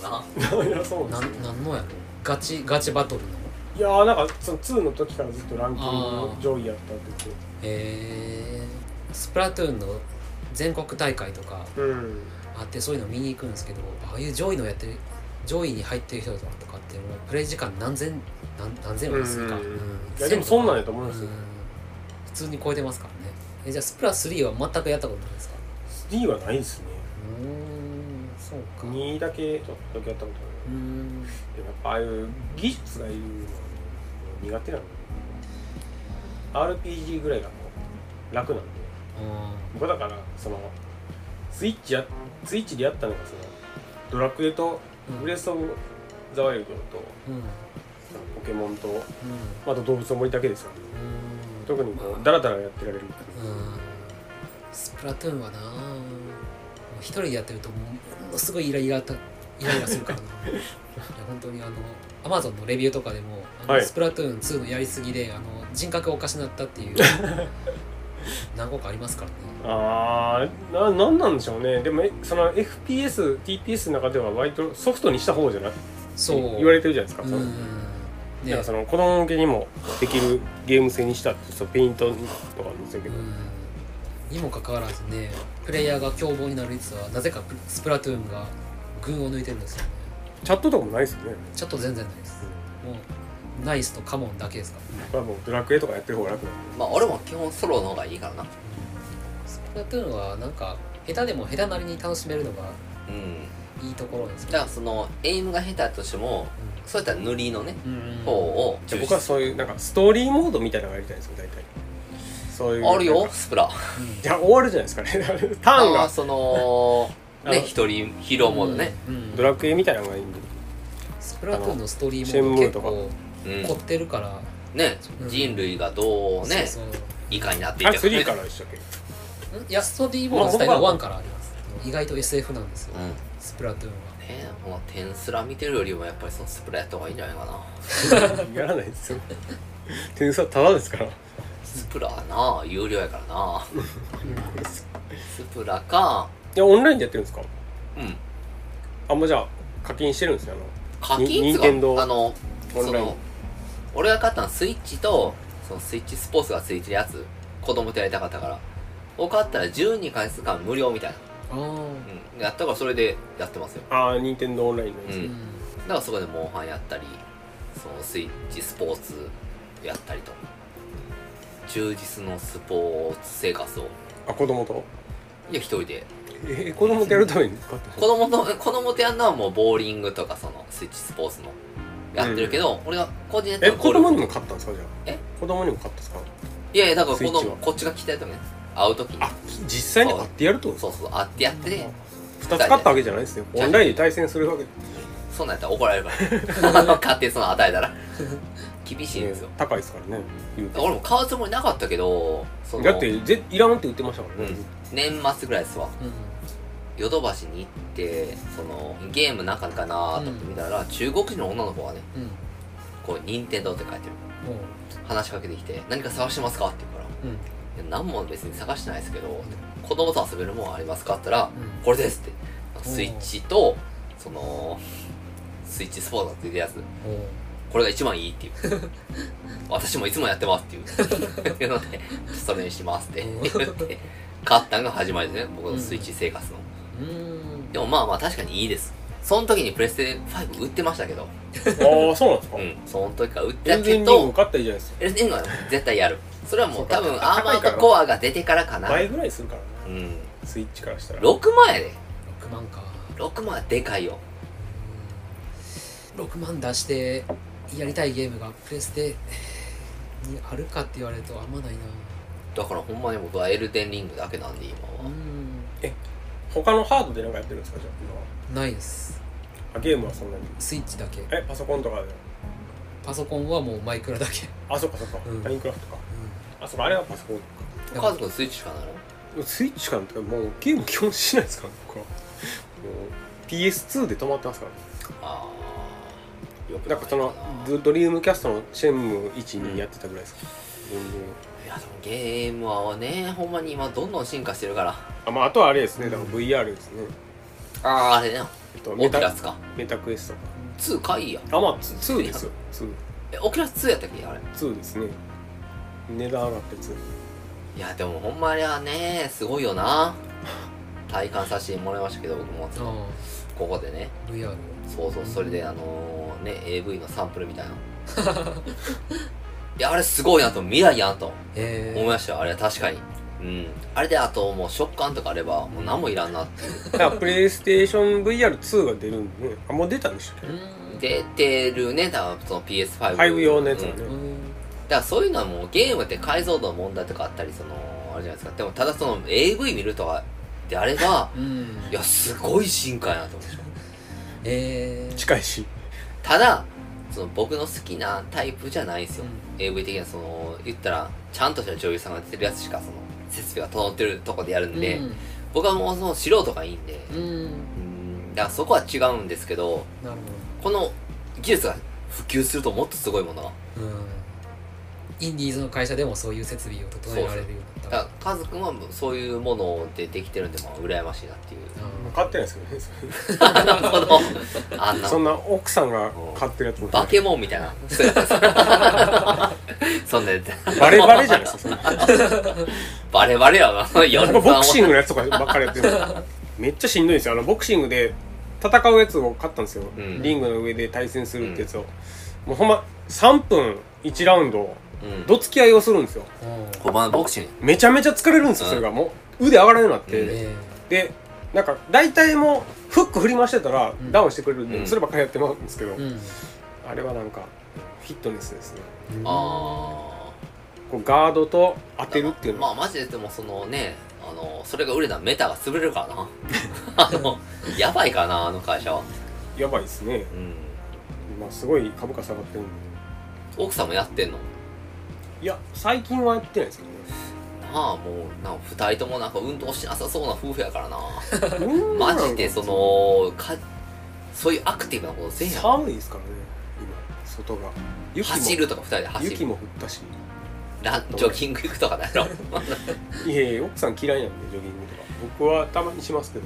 [SPEAKER 1] どない
[SPEAKER 3] やそうです
[SPEAKER 2] な
[SPEAKER 3] よ
[SPEAKER 2] んなんのやろガチガチバトルの
[SPEAKER 3] いやーなんかその2の時からずっとランキング上位やったって言っ
[SPEAKER 2] えー、スプラトゥーンの全国大会とか
[SPEAKER 3] てうん
[SPEAKER 2] あってそういうの見に行くんですけどああいう上位のやってる上位に入ってる人とかってもうプレイ時間何千何何千万するか、
[SPEAKER 3] うん
[SPEAKER 2] うん
[SPEAKER 3] いやでもそんなん
[SPEAKER 2] や
[SPEAKER 3] やと思うんですよ
[SPEAKER 2] 普通に超えてますからねえじゃあスプラ3は全くやったことないですか
[SPEAKER 3] D はないですね
[SPEAKER 2] うーんそうかう
[SPEAKER 3] 2だけちょっとだけやったこと
[SPEAKER 2] ーん
[SPEAKER 3] あるでもやっぱああいう技術がいるのはね苦手なの RPG ぐらいがもう楽なんで
[SPEAKER 2] あ
[SPEAKER 3] 僕はだからそのスイッチやスイッチでやったのがそのドラクエと
[SPEAKER 2] ー
[SPEAKER 3] ブレス・オブ・ザ・ワイルドと
[SPEAKER 2] うんうん
[SPEAKER 3] そのポケモンと
[SPEAKER 2] うん
[SPEAKER 3] あと動物の森だけですよね
[SPEAKER 2] う
[SPEAKER 3] 特にこうダラダラやってられるって
[SPEAKER 2] ー
[SPEAKER 3] いうん
[SPEAKER 2] うんスプラトゥーンはな一人でやってるとものすごいイライラとイライラするからな いや本当にあのアマゾンのレビューとかでもあの、
[SPEAKER 3] はい
[SPEAKER 2] スプラトゥーン2のやりすぎであの人格おかしなったっていう 何個かありますからね
[SPEAKER 3] あーななんなんでしょうねでもえその FPS、TPS の中では割とソフトにした方じゃない
[SPEAKER 2] そう
[SPEAKER 3] 言われてるじゃないですか、
[SPEAKER 2] う
[SPEAKER 3] その
[SPEAKER 2] ん
[SPEAKER 3] だか
[SPEAKER 2] ね
[SPEAKER 3] らその子供向けにもできるゲーム性にしたってそうペイントとかにしたけ
[SPEAKER 2] う
[SPEAKER 3] ど、
[SPEAKER 2] んにもかかわらずねプレイヤーが凶暴になる率はなぜかスプラトゥーンが群を抜いてるんですよね
[SPEAKER 3] チャットとかもないですよね
[SPEAKER 2] ちょっと全然ないですもうナイスとカモンだけですから
[SPEAKER 3] 僕はもうドラクエとかやってる方が楽なんで
[SPEAKER 1] まあ俺も基本ソロの方がいいからな
[SPEAKER 2] スプラトゥーンはなんか下手でも下手なりに楽しめるのが
[SPEAKER 1] うん
[SPEAKER 2] いいところなんですけ
[SPEAKER 1] だ
[SPEAKER 2] ど
[SPEAKER 1] からそのエイムが下手としてもそういったら塗りのね
[SPEAKER 2] うん
[SPEAKER 1] 方を
[SPEAKER 3] じゃあ
[SPEAKER 1] 重視
[SPEAKER 3] 僕はそういうなんかストーリーモードみたいなのがやりたいんですよ大体そういう
[SPEAKER 1] ある
[SPEAKER 3] なん
[SPEAKER 1] よ
[SPEAKER 3] か
[SPEAKER 1] スプラ
[SPEAKER 2] うん
[SPEAKER 3] いや終わるじゃないですかね ターン
[SPEAKER 1] ああ
[SPEAKER 3] が
[SPEAKER 1] その
[SPEAKER 3] あの
[SPEAKER 1] ね一人ヒーローモードね、
[SPEAKER 2] うん
[SPEAKER 3] ドラクエみたいなのがいいんで
[SPEAKER 2] スプラトゥーンのストーリ
[SPEAKER 3] あ
[SPEAKER 2] ー
[SPEAKER 3] の
[SPEAKER 2] も
[SPEAKER 3] シェンムー
[SPEAKER 2] 結
[SPEAKER 3] とか
[SPEAKER 2] 構
[SPEAKER 1] うん
[SPEAKER 2] 凝ってるから、
[SPEAKER 1] ね
[SPEAKER 2] うん
[SPEAKER 1] 人類がどうね
[SPEAKER 2] そうそ
[SPEAKER 1] 以下になってい
[SPEAKER 3] あ
[SPEAKER 1] っ
[SPEAKER 3] れ
[SPEAKER 1] た
[SPEAKER 3] 3からでしたっけ
[SPEAKER 2] うんいやストーリーボード自体は1からあります意外と SF なんですよ、
[SPEAKER 1] うん
[SPEAKER 2] スプラトゥーンは
[SPEAKER 1] ねこの点すら見てるよりもやっぱりそのスプラやった方がいいんじゃないかな
[SPEAKER 3] やらないですよ天才ただですから
[SPEAKER 1] スプラはな有料やからなスプラか
[SPEAKER 3] でオンラインでやってるんですか
[SPEAKER 1] うん
[SPEAKER 3] あもうじゃあ課金してるんですよ
[SPEAKER 1] 課金
[SPEAKER 3] に
[SPEAKER 1] っつうか
[SPEAKER 3] 任天堂
[SPEAKER 1] あの
[SPEAKER 3] オン
[SPEAKER 1] そ
[SPEAKER 3] ライン
[SPEAKER 1] の俺が買ったのスイッチとそのスイッチスポーツがついてるやつ子供とやりたかったからを買ったら12ヶ月間無料みたいな、
[SPEAKER 2] ああ
[SPEAKER 1] うん、やったからそれでやってますよ
[SPEAKER 3] あのああ任天堂オンラインのやつ、
[SPEAKER 1] う
[SPEAKER 2] うんん
[SPEAKER 1] だからそこでモンハンやったりそのスイッチスポーツやったりと充実のスポーツ生活を
[SPEAKER 3] あ子供と
[SPEAKER 1] いや一人で
[SPEAKER 3] えー、子供とやるために買った
[SPEAKER 1] 子供の子供とやるのはもうボーリングとかそのスイッチスポーツのやってるけど、俺は個人で
[SPEAKER 3] え
[SPEAKER 1] やった
[SPEAKER 3] 子
[SPEAKER 1] らゴ
[SPEAKER 3] 供
[SPEAKER 1] ル
[SPEAKER 3] に
[SPEAKER 1] フ
[SPEAKER 3] も買ったんですかじゃあ
[SPEAKER 1] え
[SPEAKER 3] 子供にも買ったんですか
[SPEAKER 1] いやいやだから
[SPEAKER 3] ス
[SPEAKER 1] こ
[SPEAKER 3] イッチ
[SPEAKER 1] の
[SPEAKER 3] は
[SPEAKER 1] こっちが聞きたいとね会う時に
[SPEAKER 3] あ実際に買ってやるってこと
[SPEAKER 1] そうそう会ってやってね
[SPEAKER 3] 2つ買ったわけじゃないですよ
[SPEAKER 1] じゃ
[SPEAKER 3] オ
[SPEAKER 1] あ
[SPEAKER 3] ンラインで対戦するわけ
[SPEAKER 1] そんなんやったら怒られる から買ってその与えたら厳しいんですよ、
[SPEAKER 3] 高いですからね言うて
[SPEAKER 1] 俺も買うつもりなかったけどその
[SPEAKER 3] だってぜいらんって言ってましたか
[SPEAKER 1] う
[SPEAKER 3] らね、
[SPEAKER 1] ん年末ぐらいですわ
[SPEAKER 2] うん
[SPEAKER 1] ヨドバシに行ってそのゲームなんかかなと思って見たら、中国人の女の子がね
[SPEAKER 2] うん
[SPEAKER 1] こう「任天堂って書いてる
[SPEAKER 2] も
[SPEAKER 1] 話しかけてきて「何か探してますか?」って言うから
[SPEAKER 2] ううん
[SPEAKER 1] いや何も別に探してないですけど子供と遊べるもんありますかって言ったら「これです」ってスイッチとそのスイッチスポーツがついてるやつ
[SPEAKER 2] うんおう
[SPEAKER 1] これが一番いい っていう私もいつもやってますっていういうのでそれにしますって言って 買ったのが始まりですね僕のスイッチ生活の、
[SPEAKER 2] うーん
[SPEAKER 1] でもまあまあ確かにいいですその時にプレステ5売ってましたけど
[SPEAKER 3] ああそうなんですか、
[SPEAKER 1] う
[SPEAKER 3] うん
[SPEAKER 1] その時から売って
[SPEAKER 3] 全
[SPEAKER 1] たけ
[SPEAKER 3] 然リン
[SPEAKER 1] ど
[SPEAKER 3] グ買ったらいいじゃないですか
[SPEAKER 1] エルデンリングは絶対やるそれはも
[SPEAKER 3] そううか
[SPEAKER 1] 多分
[SPEAKER 3] 高い
[SPEAKER 1] アーマードコアが出てからかな
[SPEAKER 3] 倍ぐらいするからね
[SPEAKER 1] うん
[SPEAKER 3] スイッチからしたら
[SPEAKER 1] 6万やで
[SPEAKER 2] 6万か
[SPEAKER 1] 6万はでかいよ
[SPEAKER 2] 6万出してやりたいゲームがプレステにあるかって言われるとあんまないな
[SPEAKER 1] だからほんまに僕はエルデンリングだけなんで今
[SPEAKER 2] う
[SPEAKER 1] は
[SPEAKER 2] ん
[SPEAKER 3] 他のハードで何かやってるんですかじゃあ今は
[SPEAKER 2] ないです
[SPEAKER 3] あゲームはそんなに
[SPEAKER 2] スイッチだけ
[SPEAKER 3] えパソコンとかで
[SPEAKER 2] パソコンはもうマイクラだけ、
[SPEAKER 3] あそっかそっか、
[SPEAKER 2] うん
[SPEAKER 3] マインクラフトかあそっかあれはパソコン
[SPEAKER 2] う
[SPEAKER 1] 家
[SPEAKER 2] ん
[SPEAKER 1] 族のスイッチしかないの
[SPEAKER 3] スイッチからとかもうゲーム基本しないですから僕はもう PS2 で止まってますから
[SPEAKER 1] ああよく
[SPEAKER 3] なんかそのドドリームキャストのシェンム1にやってたぐらいですか、全然
[SPEAKER 1] いやでもゲームはねほんまに今どんどん進化してるから
[SPEAKER 3] あまああとはあれですねだから VR ですね、
[SPEAKER 1] あああれね
[SPEAKER 3] えっと
[SPEAKER 1] オ
[SPEAKER 3] メ
[SPEAKER 1] キュラ
[SPEAKER 3] タ
[SPEAKER 1] スか
[SPEAKER 3] メタクエスト
[SPEAKER 1] 2買いや
[SPEAKER 3] あまあツ2ですよ2
[SPEAKER 1] えオキュラス2やったっけあれ
[SPEAKER 3] 2ですね値段上がって2
[SPEAKER 1] いやでもほんまあれはねすごいよな体感させてもらいましたけど僕も
[SPEAKER 2] あ
[SPEAKER 1] ここでね
[SPEAKER 2] あ VR
[SPEAKER 1] そうそうそれであのー、ね AV のサンプルみたい ないやあれすごいなと未来やんと
[SPEAKER 2] え
[SPEAKER 1] 思いましたよあれは確かにうんあれであともう食感とかあればもう何もいらんなって
[SPEAKER 3] だからプレイステーション VR2 が出るんでねあもう出たんでしたっけ
[SPEAKER 2] うん
[SPEAKER 1] 出てるね多分その PS5
[SPEAKER 3] 5用のやつ
[SPEAKER 1] う
[SPEAKER 3] も
[SPEAKER 1] ん
[SPEAKER 3] ね、
[SPEAKER 2] うん
[SPEAKER 1] だからそういうのはもうゲームって解像度の問題とかあったりそのあれじゃないですかでもただその AV 見るとかであれば
[SPEAKER 2] うん
[SPEAKER 1] いやすごい進化やなと思って
[SPEAKER 2] ええ
[SPEAKER 3] 近いし、
[SPEAKER 1] ただその僕の好きなタイプじゃないんですよ、
[SPEAKER 2] うん
[SPEAKER 1] AV 的なその言ったらちゃんとした女優さんが出てるやつしかその設備が整ってるとこでやるんで、僕はもうその素人がいいんで、
[SPEAKER 2] うん、うん、
[SPEAKER 1] うん、だからそこは違うんですけど
[SPEAKER 2] なる
[SPEAKER 1] この技術が普及するともっとすごいものが
[SPEAKER 2] ほどうんインディーズの会社でもそういう設備を整えられるようにな
[SPEAKER 1] だ
[SPEAKER 2] っ
[SPEAKER 1] か
[SPEAKER 2] た
[SPEAKER 1] らカズくんはそういうものでできてるんでまあ羨ましいなってい う
[SPEAKER 2] あ
[SPEAKER 3] まあ、
[SPEAKER 2] あ
[SPEAKER 3] 買ってないですけど
[SPEAKER 1] な
[SPEAKER 3] ね
[SPEAKER 1] るほど。あんな
[SPEAKER 3] そんな奥さんが買ってるやつも
[SPEAKER 1] バケモンみたいな。そういうやつですそんなやつ。
[SPEAKER 3] バレバレじゃないですか
[SPEAKER 1] バレバレや な。
[SPEAKER 3] そのボクシン
[SPEAKER 1] グ。
[SPEAKER 3] グのやつとかばっかりやってるめっちゃしんどいんですよあのボクシングで戦うやつを買ったんですよ、
[SPEAKER 1] うん
[SPEAKER 3] リングの上で対戦するってやつを、もうほんま3分1ラウンド
[SPEAKER 1] うん。
[SPEAKER 3] どつき合いをするんですよ
[SPEAKER 2] うん
[SPEAKER 1] ほんまのボクシング。
[SPEAKER 3] めちゃめちゃ疲れるんですよそれがもう腕上がらなくなって、
[SPEAKER 1] うん
[SPEAKER 2] え
[SPEAKER 3] でなんか大体もうフック振り回してたら
[SPEAKER 2] うん
[SPEAKER 3] ダウンしてくれるんで、
[SPEAKER 1] うん
[SPEAKER 3] そればっかりやってますんですけど、
[SPEAKER 2] えうん
[SPEAKER 3] あれはなんかフィットネスですね
[SPEAKER 1] あ
[SPEAKER 3] こうガードと当
[SPEAKER 1] あ。
[SPEAKER 3] てるっていうの
[SPEAKER 1] まあ、マジででもそのね、あの、それが売れたらメタが潰れるから な。あの、やばいからな、あの会社は。
[SPEAKER 3] やばいですね
[SPEAKER 1] うん。
[SPEAKER 3] まあすごい株価下がってるんで
[SPEAKER 1] 奥さんもやってんの
[SPEAKER 3] いや最近はやってないですけ
[SPEAKER 1] なあ、もう、なんか二人ともなんか運動しなさそうな夫婦やからな。
[SPEAKER 3] どね
[SPEAKER 1] マジでその、か、そういうアクティブなことせえやん。
[SPEAKER 3] 寒いですからね今外が雪も
[SPEAKER 1] 走るとか二人で走る
[SPEAKER 3] 雪。も降ったし
[SPEAKER 1] ランジョギング行くとかだろいや
[SPEAKER 3] いやいや奥さん嫌いなんでジョギングとか僕はたまにしますけど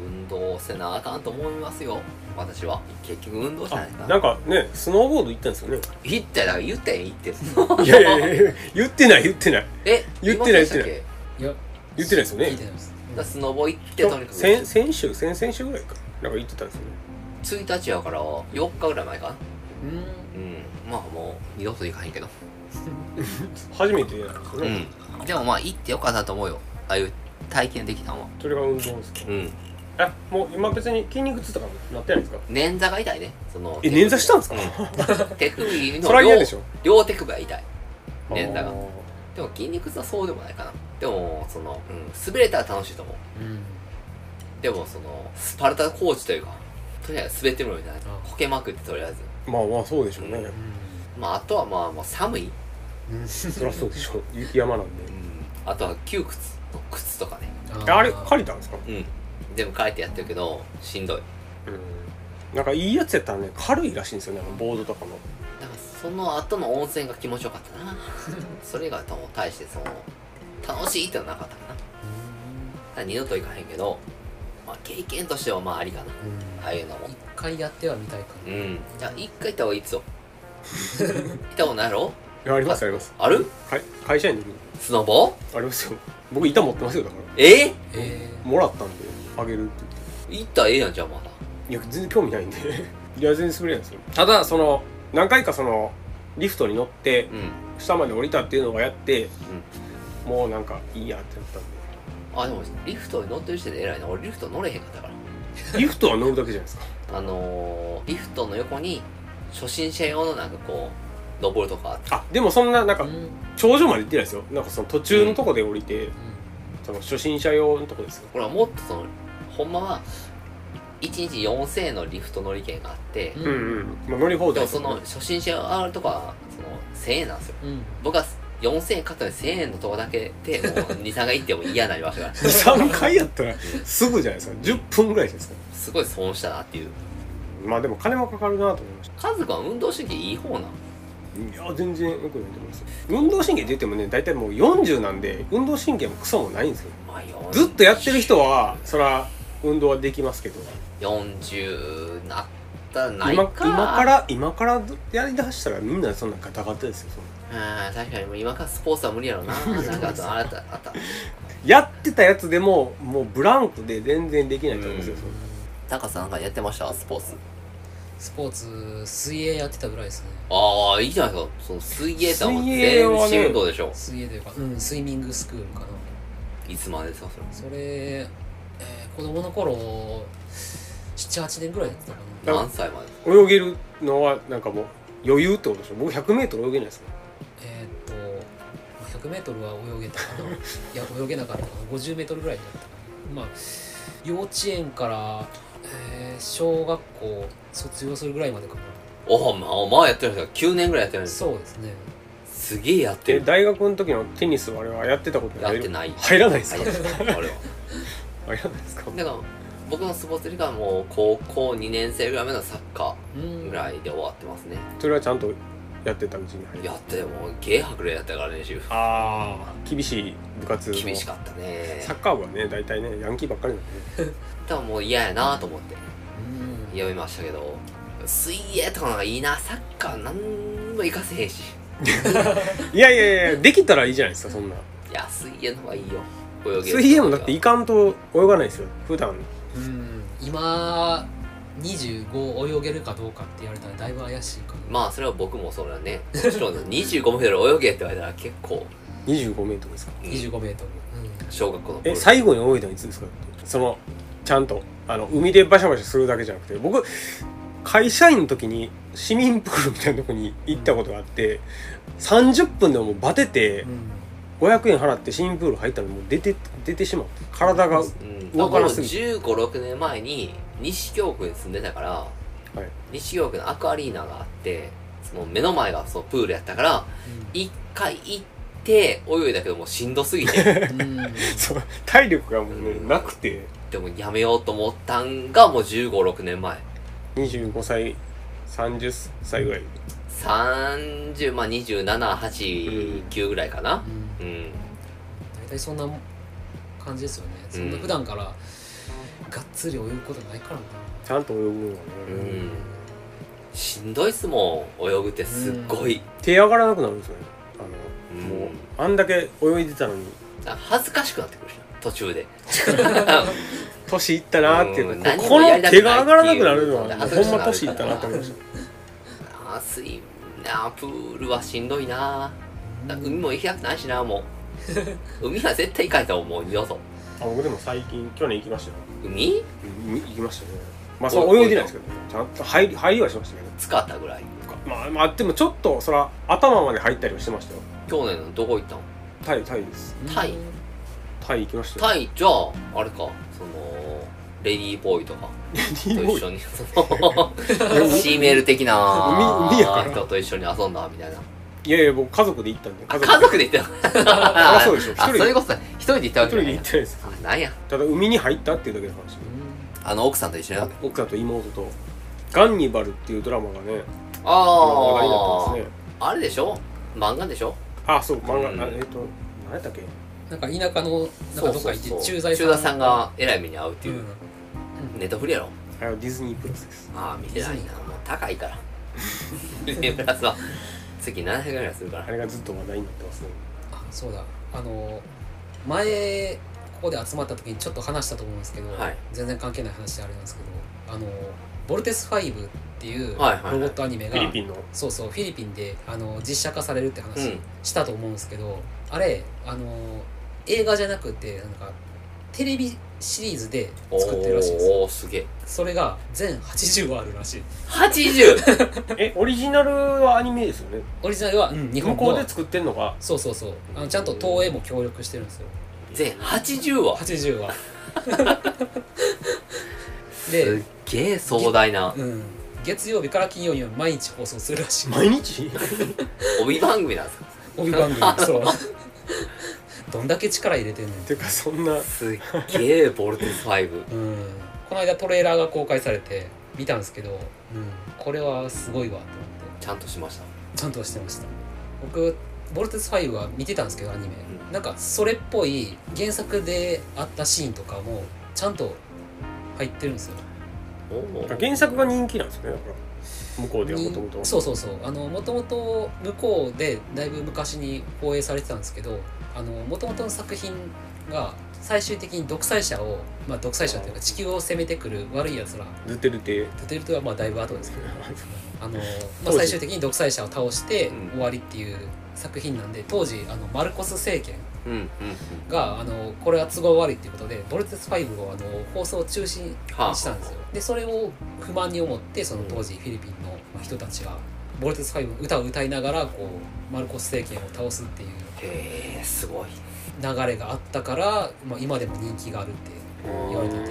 [SPEAKER 1] 運動せなあかんと思いますよ私は結局運動じゃないか
[SPEAKER 3] な
[SPEAKER 1] なん
[SPEAKER 3] かねスノーボード行ったんですよね
[SPEAKER 1] 言ったよだから言ったよ言 ってよ
[SPEAKER 3] いやいやいや言ってない言ってない
[SPEAKER 1] え
[SPEAKER 3] 言ってない
[SPEAKER 1] ませんでした
[SPEAKER 3] 言って
[SPEAKER 1] っ
[SPEAKER 2] いや
[SPEAKER 3] 言ってないですよね
[SPEAKER 2] 聞いてないです
[SPEAKER 1] けだからスノボ行ってとにかく
[SPEAKER 3] 先先週先々週ぐらいかなんか言ってたんですよね
[SPEAKER 1] 1日やから4日ぐらい前かな
[SPEAKER 2] うん
[SPEAKER 1] うんまあもう二度と行かへんけど
[SPEAKER 3] 初めてなんです
[SPEAKER 1] う
[SPEAKER 3] よね、
[SPEAKER 1] んでもまあ行ってよかったと思うよああいう体験できたのは
[SPEAKER 3] それが運動ですか
[SPEAKER 1] うん
[SPEAKER 3] えもう今別に筋肉痛とかなってないんですか
[SPEAKER 1] 捻挫が痛いねその
[SPEAKER 3] え捻挫したんですか
[SPEAKER 1] か、うん手首
[SPEAKER 3] それ
[SPEAKER 1] の
[SPEAKER 3] は嫌
[SPEAKER 1] 両
[SPEAKER 3] でしょ
[SPEAKER 1] 両手首が痛い捻挫が
[SPEAKER 3] あー
[SPEAKER 1] でも筋肉痛はそうでもないかなでもその、うん、滑れたら楽しいと思う
[SPEAKER 2] うん
[SPEAKER 1] でもそのスパルタコーチというかとりあえず滑ってみろみたいな
[SPEAKER 2] あ
[SPEAKER 1] こけまくってとりあえず
[SPEAKER 3] まあまあそうでしょうね、
[SPEAKER 1] う
[SPEAKER 2] う
[SPEAKER 1] まああとはまあまあ寒い、
[SPEAKER 2] んうん
[SPEAKER 3] そりゃそうでしょう雪山なんで
[SPEAKER 1] あとは窮屈の靴とかね
[SPEAKER 3] えあれ
[SPEAKER 2] ー
[SPEAKER 3] 借りたんですか
[SPEAKER 1] うん全部書いてやってるけどしんどい
[SPEAKER 3] うんなんかいいやつやったらね軽いらしいんですよねあのボードとかの
[SPEAKER 1] だからその後の温泉が気持ちよかったなそれが多分大してその楽しいってのはなかったかなだから二度と行かへんけど、まあ、経験としてはまあありかな
[SPEAKER 2] うんうん
[SPEAKER 1] ああいうのも
[SPEAKER 2] 一回やってはみたいか
[SPEAKER 1] う
[SPEAKER 2] なん
[SPEAKER 1] じゃあ一回行った方がいいっすよ行ったことないやろ
[SPEAKER 3] いやありますあります
[SPEAKER 1] ある
[SPEAKER 3] かい会社員の時に
[SPEAKER 1] スノボ
[SPEAKER 3] ありますよ僕板持ってますよだか
[SPEAKER 1] え
[SPEAKER 2] え
[SPEAKER 3] らもらったんであげるって言って
[SPEAKER 1] 行ったらええやんじゃあまだ
[SPEAKER 3] いや全然興味ないんで いや全然滑れないですよただその何回かそのリフトに乗って
[SPEAKER 1] うん
[SPEAKER 3] 下まで降りたっていうのをやって、もうなんかいいやってなったんで
[SPEAKER 1] あでもリフトに乗ってる時点で偉いな俺リフト乗れへんかったか
[SPEAKER 3] リフトは乗るだけじゃないですか
[SPEAKER 1] らあのー、リフトの横に初心者用のなんかこう登るとかあって
[SPEAKER 3] あでもそんなな
[SPEAKER 2] ー
[SPEAKER 3] んか
[SPEAKER 2] うん
[SPEAKER 3] 頂上まで行ってないですよなんかその途中のとこで降りて、その初心者用のとこですよ
[SPEAKER 1] 俺はもっとそのほんまは1日4000円のリフト乗り券があって、
[SPEAKER 2] う
[SPEAKER 3] うんうん、まあ、乗り放
[SPEAKER 1] でも
[SPEAKER 3] 題です
[SPEAKER 1] そ
[SPEAKER 3] よね
[SPEAKER 1] の初心者用あるとこはその1000円なんですよ
[SPEAKER 2] うんうん
[SPEAKER 1] 僕は4000円買ったのに1000円のとこだけでもう23回行っても嫌になりましたから
[SPEAKER 3] 23回やったらすぐじゃないですか10分ぐらいじゃないですか
[SPEAKER 1] すごい損したなっていう
[SPEAKER 3] まあでも金もかかるなと思いました
[SPEAKER 1] カズ君は運動神経いい方なん
[SPEAKER 3] いや全然よくないと思います運動神経って言ってもね大体もう40なんで運動神経もクソもないんですよ
[SPEAKER 1] まあ、40
[SPEAKER 3] ずっとやってる人はそら運動はできますけど
[SPEAKER 1] 40なったらな
[SPEAKER 3] 今
[SPEAKER 1] い
[SPEAKER 3] 今
[SPEAKER 1] か
[SPEAKER 3] から今からやりだしたらみんなそんなガタガタですよそんな
[SPEAKER 1] あー確かにもう今からスポーツは無理やろう ななんかあとあったあった
[SPEAKER 3] やってたやつでももうブランクで全然できないと思うんですよ、
[SPEAKER 1] うん
[SPEAKER 3] そんな
[SPEAKER 1] タカさんなんかやってましたスポーツ
[SPEAKER 2] スポーツ水泳やってたぐらいですね
[SPEAKER 1] ああいいじゃないですかその水泳ってもう
[SPEAKER 3] 水泳はね
[SPEAKER 1] 全身運動でしょ、
[SPEAKER 2] 水泳というかうんスイミングスクールかない
[SPEAKER 1] つまでですかそれ
[SPEAKER 2] それ、えー子供の頃78年ぐらいだったかな
[SPEAKER 3] だ
[SPEAKER 1] 何歳までですか
[SPEAKER 3] 泳げるのはなんかもう余裕ってことでしょ僕 100m 泳げないですか
[SPEAKER 2] えーっとまあ 100m は泳げたか ないや泳げなかったかな 50m ぐらいだったかなまあ幼稚園から、えー小学校卒業するぐらいまでかな
[SPEAKER 1] おおまあまあやってるんですか9年ぐらいやってるんです
[SPEAKER 2] そうですね
[SPEAKER 1] すげえやって
[SPEAKER 3] で
[SPEAKER 1] る
[SPEAKER 3] 大学の時のテニスはあれはやってたこと
[SPEAKER 1] やってない
[SPEAKER 3] 入らないです
[SPEAKER 1] あ
[SPEAKER 3] か
[SPEAKER 1] れはあれは
[SPEAKER 3] 入らないですか
[SPEAKER 1] だから僕のスポーツ理科はもう高校2年生ぐらいまでのサッカ
[SPEAKER 2] う
[SPEAKER 1] ー
[SPEAKER 2] ん
[SPEAKER 1] ぐらいで終わってますね
[SPEAKER 3] それはちゃんとやってたうちに入る
[SPEAKER 1] やってもう芸博でやったから練習
[SPEAKER 3] ああ厳しい部活の
[SPEAKER 1] 厳しかったね
[SPEAKER 3] サッカー部はね大体ねヤンキーばっかりなんで
[SPEAKER 1] 多分もう嫌やなと思って
[SPEAKER 2] うん
[SPEAKER 1] やめましたけど水泳とかなんかいいなサッカーなんも活かせへんし
[SPEAKER 3] いやいやいやできたらいいじゃないですかそんない
[SPEAKER 1] や水泳の方がいいよ泳げる
[SPEAKER 3] 水泳もだっていかんと泳がないですよ普段
[SPEAKER 2] うん今25泳げるかどうかって言われたらだいぶ怪しいかな
[SPEAKER 1] まあそれは僕もそうだね もちろん25メートル泳げって言われたら結構
[SPEAKER 3] 25m ですか
[SPEAKER 1] うん
[SPEAKER 2] 25m、うん、
[SPEAKER 1] 小学校の頃
[SPEAKER 3] え最後に泳いだのいつですかそのちゃんとあの海でバシャバシャするだけじゃなくて僕会社員の時に市民プールみたいなとこに行ったことがあって30分でもうバテて
[SPEAKER 2] うん
[SPEAKER 3] 500円払って市民プール入ったのにもう出て出てしまう体が
[SPEAKER 1] うん、
[SPEAKER 3] 動かなすぎ
[SPEAKER 1] 1 5六6年前に西京区に住んでたから、
[SPEAKER 3] い
[SPEAKER 1] 西京区のアクアリーナがあってその目の前がそのプールやったから一回行って泳いだけどもうしんどすぎて
[SPEAKER 2] うんうん
[SPEAKER 3] そう体力がもうねなくて
[SPEAKER 1] でもやめようと思ったんがもう1 5六6年前
[SPEAKER 3] 25歳30歳ぐらい
[SPEAKER 1] 30まあ27829ぐらいかな
[SPEAKER 2] うん
[SPEAKER 1] うん、
[SPEAKER 2] 大体そんな感じですよね、そんな普段からがっつり泳ぐことないからな
[SPEAKER 3] ちゃんと泳ぐのはね、
[SPEAKER 1] うんしんどいっすもん泳ぐってすっごい、
[SPEAKER 3] 手上がらなくなるんですよねあの、
[SPEAKER 1] うん
[SPEAKER 3] もうあんだけ泳いでたのに
[SPEAKER 1] あ恥ずかしくなってくるし途中で
[SPEAKER 3] 年いったなーっていう
[SPEAKER 1] うん
[SPEAKER 3] か、
[SPEAKER 1] 何も
[SPEAKER 3] この
[SPEAKER 1] やりたくない
[SPEAKER 3] 手が上がらなくなるのは
[SPEAKER 1] っていう
[SPEAKER 3] もうほんま年いったなって思いまし
[SPEAKER 1] あー水なあプールはしんどいなだ海も行きたくないしなも う海は絶対行かれたらもう二度と
[SPEAKER 3] たあ僕でも最近去年行きましたよ
[SPEAKER 1] 海
[SPEAKER 3] うん行きましたねまあその泳いでないですけどねちゃんと入り入りはしましたけど
[SPEAKER 1] 使ったぐらい
[SPEAKER 3] まあまあでもちょっとそら頭まで入ったりはしてましたよ
[SPEAKER 1] 去年のどこ行ったの
[SPEAKER 3] タイタイです
[SPEAKER 1] タイ
[SPEAKER 2] うん
[SPEAKER 3] タイ行きましたよ
[SPEAKER 1] タイじゃああれかそのレディーボーイとかと
[SPEAKER 3] リーボ
[SPEAKER 1] 一
[SPEAKER 3] ーイ
[SPEAKER 1] 緒にその シーメール的な
[SPEAKER 3] 海海やから
[SPEAKER 1] 人と一緒に遊んだみたいない
[SPEAKER 3] やいや僕家族で行ったんで
[SPEAKER 1] あ家族で行ったの
[SPEAKER 3] あそうでしょ
[SPEAKER 1] あ
[SPEAKER 3] 一人
[SPEAKER 1] そ
[SPEAKER 3] で
[SPEAKER 1] れこそ一人で行ったわ
[SPEAKER 3] 一
[SPEAKER 1] け
[SPEAKER 3] 人
[SPEAKER 1] じゃない
[SPEAKER 3] で行ってないです
[SPEAKER 1] あなんや
[SPEAKER 3] ただ海に入ったっていうだけの話
[SPEAKER 1] あの奥さんと一緒にあ
[SPEAKER 3] 奥さんと妹と「ガンニバル」っていうドラマがね話題になっ
[SPEAKER 1] あ
[SPEAKER 3] た
[SPEAKER 1] ー
[SPEAKER 3] んですね
[SPEAKER 1] あれでしょ漫画でしょ
[SPEAKER 3] あそう漫画、
[SPEAKER 1] うん
[SPEAKER 3] あえっ、と何やったっけ
[SPEAKER 2] なんか田舎のなんかどっか行って駐在
[SPEAKER 1] さんさんがえらい目に遭うって
[SPEAKER 2] う
[SPEAKER 1] い
[SPEAKER 2] ん
[SPEAKER 1] う、ネットフリやろ
[SPEAKER 3] あのディズニープラスです
[SPEAKER 1] ああ見てないなもう高いからディズニープラスは月700円ぐらいするから
[SPEAKER 3] あれがずっと話題になってますね
[SPEAKER 2] あそうだあの前ここで集まった時にちょっと話したと思うんですけど、
[SPEAKER 1] はい
[SPEAKER 2] 全然関係ない話であれなんですけどあのボルテス5っていうロボ
[SPEAKER 1] はいはいはい
[SPEAKER 2] ットアニメ
[SPEAKER 3] フ
[SPEAKER 2] が、
[SPEAKER 3] ィリピンの
[SPEAKER 2] そうそうフィリピンであの実写化されるって
[SPEAKER 1] う
[SPEAKER 2] 話
[SPEAKER 1] ん
[SPEAKER 2] したと思うんですけど、あれあの映画じゃなくてなんかテレビシリーズで作ってるらしいです
[SPEAKER 1] おーすげえ
[SPEAKER 2] それが全80話あるらしい
[SPEAKER 1] 80!
[SPEAKER 3] えオリジナルはアニメですよね
[SPEAKER 2] オリジナルは、うん日
[SPEAKER 3] 向
[SPEAKER 2] 本
[SPEAKER 3] こ
[SPEAKER 2] 語
[SPEAKER 3] うで作ってんのが
[SPEAKER 2] そうそうそうあのちゃんと東映も協力してるんですよ
[SPEAKER 1] 全80話
[SPEAKER 2] 80話
[SPEAKER 1] す
[SPEAKER 2] で
[SPEAKER 1] っ、げえ壮大な
[SPEAKER 2] うん、月曜日から金曜日は毎日放送するらしい
[SPEAKER 3] 毎日
[SPEAKER 1] 帯番組なんですか
[SPEAKER 2] 帯番 組そうどんだけ力入れてんねん
[SPEAKER 3] てかそんな
[SPEAKER 1] すっげえボルテス5
[SPEAKER 2] うん、この間トレーラーが公開されて見たんですけど、これはすごいわと思って
[SPEAKER 1] ちゃんとしました
[SPEAKER 2] ちゃんとはしてました僕「ボルテス5」は見てたんですけどアニメなんかそれっぽい原作であったシーンとかもちゃんと入ってるんですよ
[SPEAKER 1] おお
[SPEAKER 3] 原作が人気なんですねだから向こうではもともと
[SPEAKER 2] そうそうそうあのもともと向こうでだいぶ昔に放映されてたんですけどあのもともとの作品が最終的に独裁者を、まあ、独裁者というか地球を攻めてくる悪いやつら
[SPEAKER 3] ずてるて
[SPEAKER 2] ドゥテルトはまあだいぶ後です けどあの、ま
[SPEAKER 3] 当
[SPEAKER 2] あ、
[SPEAKER 3] 時
[SPEAKER 2] 最終的に独裁者を倒して
[SPEAKER 1] うん
[SPEAKER 2] 終わりっていう作品なんで当時あのマルコス政権
[SPEAKER 1] うんうんうん
[SPEAKER 2] があのこれは都合悪いっていうことでボルテス5をあの放送中止に
[SPEAKER 1] はあ
[SPEAKER 2] したんですよでそれを不満に思ってその当時フィリピンのまあ人たちがボルテス5の歌を歌いながらこうマルコス政権を倒すっていう
[SPEAKER 1] へえすごい
[SPEAKER 2] 流れがあったから、まあ、今でも人気があるって言われてて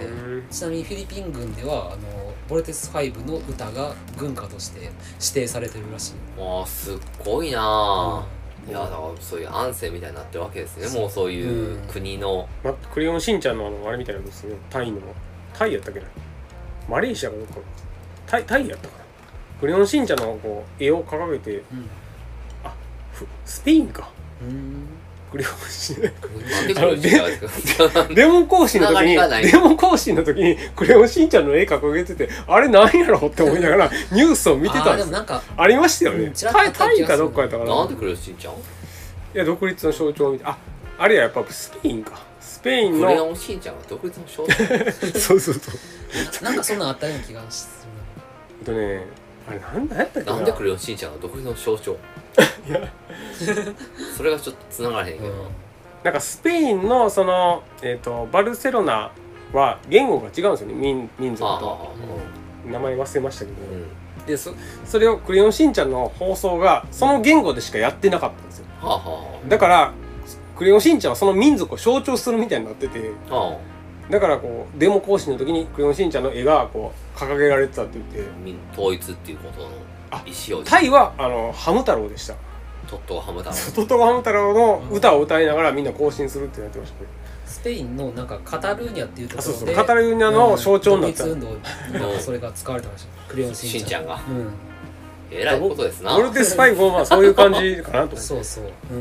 [SPEAKER 2] ちなみにフィリピン軍ではあのボルテス5の歌が軍歌として指定されてるらしい、
[SPEAKER 1] もうすっごいなぁ
[SPEAKER 2] うん
[SPEAKER 1] いやだからそういう安政みたいになってるわけですね
[SPEAKER 2] そう
[SPEAKER 1] もうそういう
[SPEAKER 2] うん
[SPEAKER 1] 国の
[SPEAKER 3] まあ、クレヨンしんちゃんのあのあれみたいなのですねタイのタイやったっけなマレーシアがどっかのタイタイやったかなクレヨンしんちゃんのこう絵を掲げて
[SPEAKER 2] うん
[SPEAKER 3] ふスペインか
[SPEAKER 2] うん
[SPEAKER 3] クレヨンしんち
[SPEAKER 1] なんでこれ違うんですか
[SPEAKER 3] ゃんデモ行進の
[SPEAKER 1] つ
[SPEAKER 3] 時
[SPEAKER 1] ながりがない
[SPEAKER 3] にデモ行進の時にクレヨンしんちゃんの絵掲げててあれなんやろって思いなが らニュースを見て
[SPEAKER 2] あ
[SPEAKER 3] た
[SPEAKER 2] ーで
[SPEAKER 3] んで
[SPEAKER 2] も
[SPEAKER 3] す
[SPEAKER 2] なんか
[SPEAKER 3] ありましたよ
[SPEAKER 2] う
[SPEAKER 3] ね
[SPEAKER 2] んちらっと
[SPEAKER 3] タ
[SPEAKER 2] あっ
[SPEAKER 3] イ
[SPEAKER 2] た気が
[SPEAKER 3] タ
[SPEAKER 2] する
[SPEAKER 3] イかどっかやったか
[SPEAKER 1] な
[SPEAKER 3] なん
[SPEAKER 1] で来るしんちゃん
[SPEAKER 3] いや独立の象徴を見てああれややっぱスペインかスペイン
[SPEAKER 1] クレヨ
[SPEAKER 3] の
[SPEAKER 1] ンしんちゃんは独立の少女
[SPEAKER 3] そうそうそう
[SPEAKER 2] ななんかそんなんあったような気がす
[SPEAKER 3] えっとねあれなんだやったっけ
[SPEAKER 1] なんでクレヨンしんちゃんが独立の象徴
[SPEAKER 3] いや
[SPEAKER 1] それがちょっと繋がれへん
[SPEAKER 2] る、
[SPEAKER 1] けど、
[SPEAKER 3] なんかスペインのその、えー、とバルセロナは言語が違うんですよね民民族
[SPEAKER 1] ああ
[SPEAKER 3] と名前忘れましたけど、
[SPEAKER 1] うんうん
[SPEAKER 3] でそそれを「クレヨンしんちゃん」の放送がその言語でしかやってなかったんですよ
[SPEAKER 1] はあは
[SPEAKER 3] だから「クレヨンしんちゃん」はその民族を象徴するみたいになってて
[SPEAKER 1] あは
[SPEAKER 3] だからこうデモ行進の時に「クレヨンしんちゃん」の絵がこう掲げられてたって言って
[SPEAKER 1] あ民統一っていうことの
[SPEAKER 3] あ
[SPEAKER 1] 意思を
[SPEAKER 3] タイはあのハム太郎でした
[SPEAKER 1] トットハムタ
[SPEAKER 3] トトロハム太郎の歌を歌いながらみんな行進するってなってましたね
[SPEAKER 2] スペインのなんかカタルーニャっていうと
[SPEAKER 3] あ
[SPEAKER 2] こ
[SPEAKER 3] そうそ
[SPEAKER 2] ろ
[SPEAKER 3] う
[SPEAKER 2] で
[SPEAKER 3] カタルーニャの象徴になった
[SPEAKER 2] うん独立運動になんかそれが使われてましたクレヨンし
[SPEAKER 1] し
[SPEAKER 2] ん
[SPEAKER 1] ん
[SPEAKER 2] ち
[SPEAKER 1] ち
[SPEAKER 2] ゃ
[SPEAKER 1] ゃ
[SPEAKER 2] ん
[SPEAKER 1] んが
[SPEAKER 2] うん
[SPEAKER 1] えらいことですな
[SPEAKER 3] ボルテス5もまあそういう感じかなと思って
[SPEAKER 2] そうそうう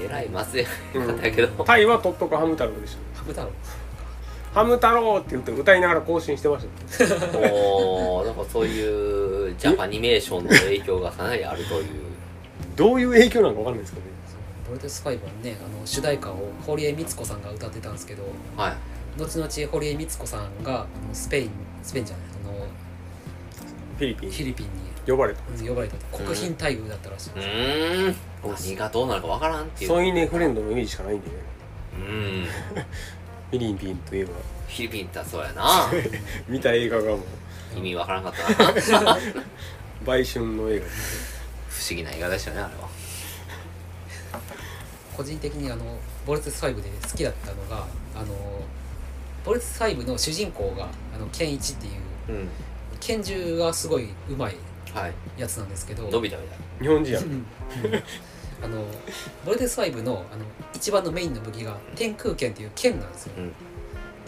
[SPEAKER 2] ん
[SPEAKER 1] えらい祭り
[SPEAKER 3] うん
[SPEAKER 1] だけど
[SPEAKER 3] タイはとっとくハム太郎でしたね
[SPEAKER 2] ハム太郎
[SPEAKER 3] ハム太郎って言って歌いながら更新してましたね
[SPEAKER 1] おーなんかそういうジャパニメーションの影響がかなりあるという
[SPEAKER 3] どういう影響なのかわかんないですけどね
[SPEAKER 2] そうボルテスファイブはねあの主題歌を堀江光子さんが歌ってたんですけど
[SPEAKER 1] はい
[SPEAKER 2] 後々堀江光子さんがあのスペインスペインじゃないあの
[SPEAKER 3] フィリピ
[SPEAKER 2] フィ
[SPEAKER 3] ン
[SPEAKER 2] リピンに
[SPEAKER 3] 呼ばれた
[SPEAKER 2] うん呼ばれたって国賓待遇だったらしい、
[SPEAKER 1] うーん何がどうなるかわからんっていう
[SPEAKER 3] ソイネフレンドのイメージしかないんでね
[SPEAKER 1] うん
[SPEAKER 3] フィリピンといえば
[SPEAKER 1] フィリピンってそうやな
[SPEAKER 3] 見た映画がもう
[SPEAKER 1] 意味わからんかったな不
[SPEAKER 3] 売春の映画
[SPEAKER 1] 思議な映画でしたねあれは
[SPEAKER 2] 個人的にあのボルテス5で好きだったのがあのボルテス5の主人公があのケンイチっていう
[SPEAKER 1] うん
[SPEAKER 2] 拳銃がすごい上手い
[SPEAKER 1] はい
[SPEAKER 2] やつなんですけど
[SPEAKER 1] 伸びたみたい
[SPEAKER 3] 日本人や
[SPEAKER 2] うんうんあのボルテス5のあの一番のメインの武器が天空剣っていう剣なんですよ、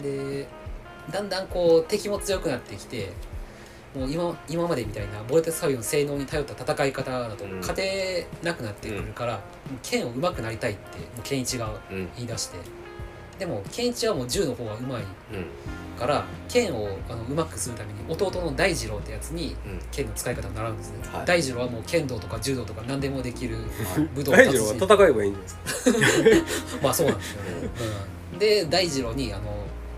[SPEAKER 2] でだんだんこう敵も強くなってきてもう今今までみたいなボルテス5の性能に頼った戦い方だと
[SPEAKER 1] うん
[SPEAKER 2] 勝てなくなってくるから、もう剣を上手くなりたいってもうケンイチが
[SPEAKER 1] うん
[SPEAKER 2] 言い出してでもケンイチはもう銃の方がうまい
[SPEAKER 1] うん
[SPEAKER 2] から剣をあのうまくするために弟の大二郎ってやつに
[SPEAKER 1] うん
[SPEAKER 2] 剣の使い方を習うんですね、
[SPEAKER 1] はい
[SPEAKER 2] 大二郎はもう剣道とか柔道とか何でもできる武道
[SPEAKER 3] 大
[SPEAKER 2] 達
[SPEAKER 3] 二郎は
[SPEAKER 2] 人
[SPEAKER 3] 戦えばいいんじゃないですか
[SPEAKER 2] まあそうなんですよね、うん、で大二郎にあの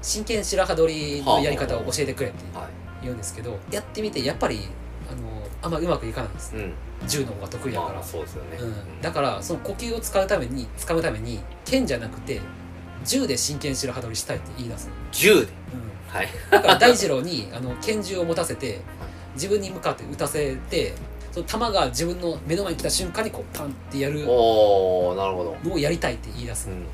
[SPEAKER 2] 真剣白羽取りのやり方を教えてくれって
[SPEAKER 1] は
[SPEAKER 2] 言うんですけどやってみてやっぱりあのあんまうまくいかないんです
[SPEAKER 1] いうん
[SPEAKER 2] 銃の方が得意だから、
[SPEAKER 1] まあそうですよね
[SPEAKER 2] うん、だからその呼吸を使うために使うために剣じゃなくて銃で真剣白羽取りしたいって言い出す、
[SPEAKER 1] 銃で
[SPEAKER 2] うん、
[SPEAKER 1] はい
[SPEAKER 2] だから大二郎にあの拳銃を持たせて自分に向かって撃たせてその弾が自分の目の前に来た瞬間にこうパンってやる
[SPEAKER 1] おおなるほど
[SPEAKER 2] のをやりたいって言い出す
[SPEAKER 1] うん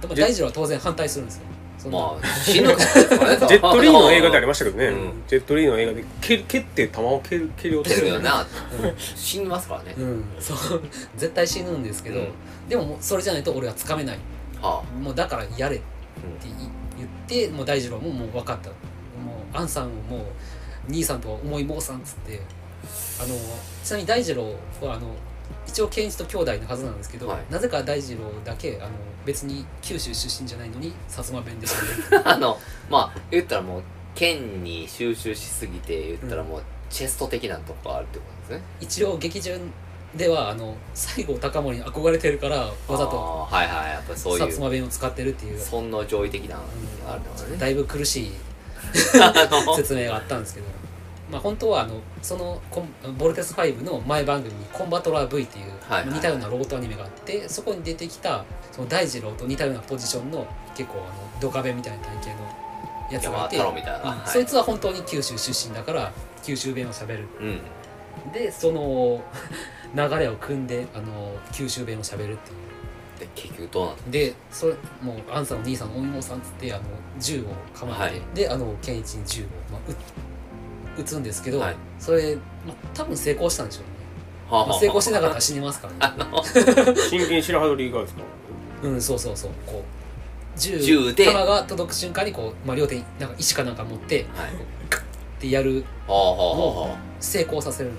[SPEAKER 2] でも大二郎は当然反対するんですよそんな
[SPEAKER 1] まあ死ぬからですからね
[SPEAKER 3] ジェットリーの映 画でありましたけどね、
[SPEAKER 1] うん
[SPEAKER 3] ジェットリーの映画で蹴蹴って球を蹴る蹴り落と
[SPEAKER 1] ですすよな死にますからね
[SPEAKER 2] うん、そう 絶対死ぬんですけど、
[SPEAKER 1] うん
[SPEAKER 2] でももうそれじゃないと俺はつかめない
[SPEAKER 1] は
[SPEAKER 2] もうだからやれって言ってもう大二郎ももう分かったもうアンさんをもう兄さんとは思い申さんっつってあのちなみに大二郎はあの一応健一と兄弟のはずなんですけど、
[SPEAKER 1] はい
[SPEAKER 2] なぜか大二郎だけあの別に九州出身じゃないのに薩摩弁でし
[SPEAKER 1] あのまあ言ったらもう剣に収集しすぎて言ったらもうチェスト的なとこあるってことですね
[SPEAKER 2] 一応劇順ではあの西郷隆盛に憧れてるからわざと
[SPEAKER 1] あーはいはいやっぱそう
[SPEAKER 2] 薩
[SPEAKER 1] いう
[SPEAKER 2] 摩弁を使ってるっていう
[SPEAKER 1] 尊の上位的なのがあるのがね
[SPEAKER 2] だいぶ苦しい
[SPEAKER 1] あの
[SPEAKER 2] 説明があったんですけど、まあ、本当はあのそのコンボルテス5の前番組に「コンバトラー V」っていう
[SPEAKER 1] はいはい
[SPEAKER 2] 似たようなロボットアニメがあってそこに出てきたその大二郎と似たようなポジションの結構あのドカベンみたいな体型のやつが
[SPEAKER 1] 山
[SPEAKER 2] いて
[SPEAKER 1] 太郎みたいな、
[SPEAKER 2] うん
[SPEAKER 1] はい
[SPEAKER 2] そいつは本当に九州出身だから九州弁を喋る
[SPEAKER 1] うん
[SPEAKER 2] でその流れを組んであの九州弁を喋るっていう
[SPEAKER 1] で結局どうなった
[SPEAKER 2] でそれもうアンさんお兄さんお妹さんっつってあの銃を構えて、
[SPEAKER 1] はい
[SPEAKER 2] であの健一に銃を、まあ、撃撃つんですけど、
[SPEAKER 1] はい
[SPEAKER 2] それ、まあ、多分成功したんでしょうね、
[SPEAKER 1] はあはあ
[SPEAKER 2] まあ、成功してなかったら死にますからね
[SPEAKER 3] 真剣白羽鳥がですか
[SPEAKER 2] うんそうそうそうこう銃
[SPEAKER 1] 銃で
[SPEAKER 2] 弾が届く瞬間にこう、まあ、両手になんか石かなんか持って
[SPEAKER 1] はい
[SPEAKER 2] でやる
[SPEAKER 1] はあはあはあは
[SPEAKER 2] 成功させるん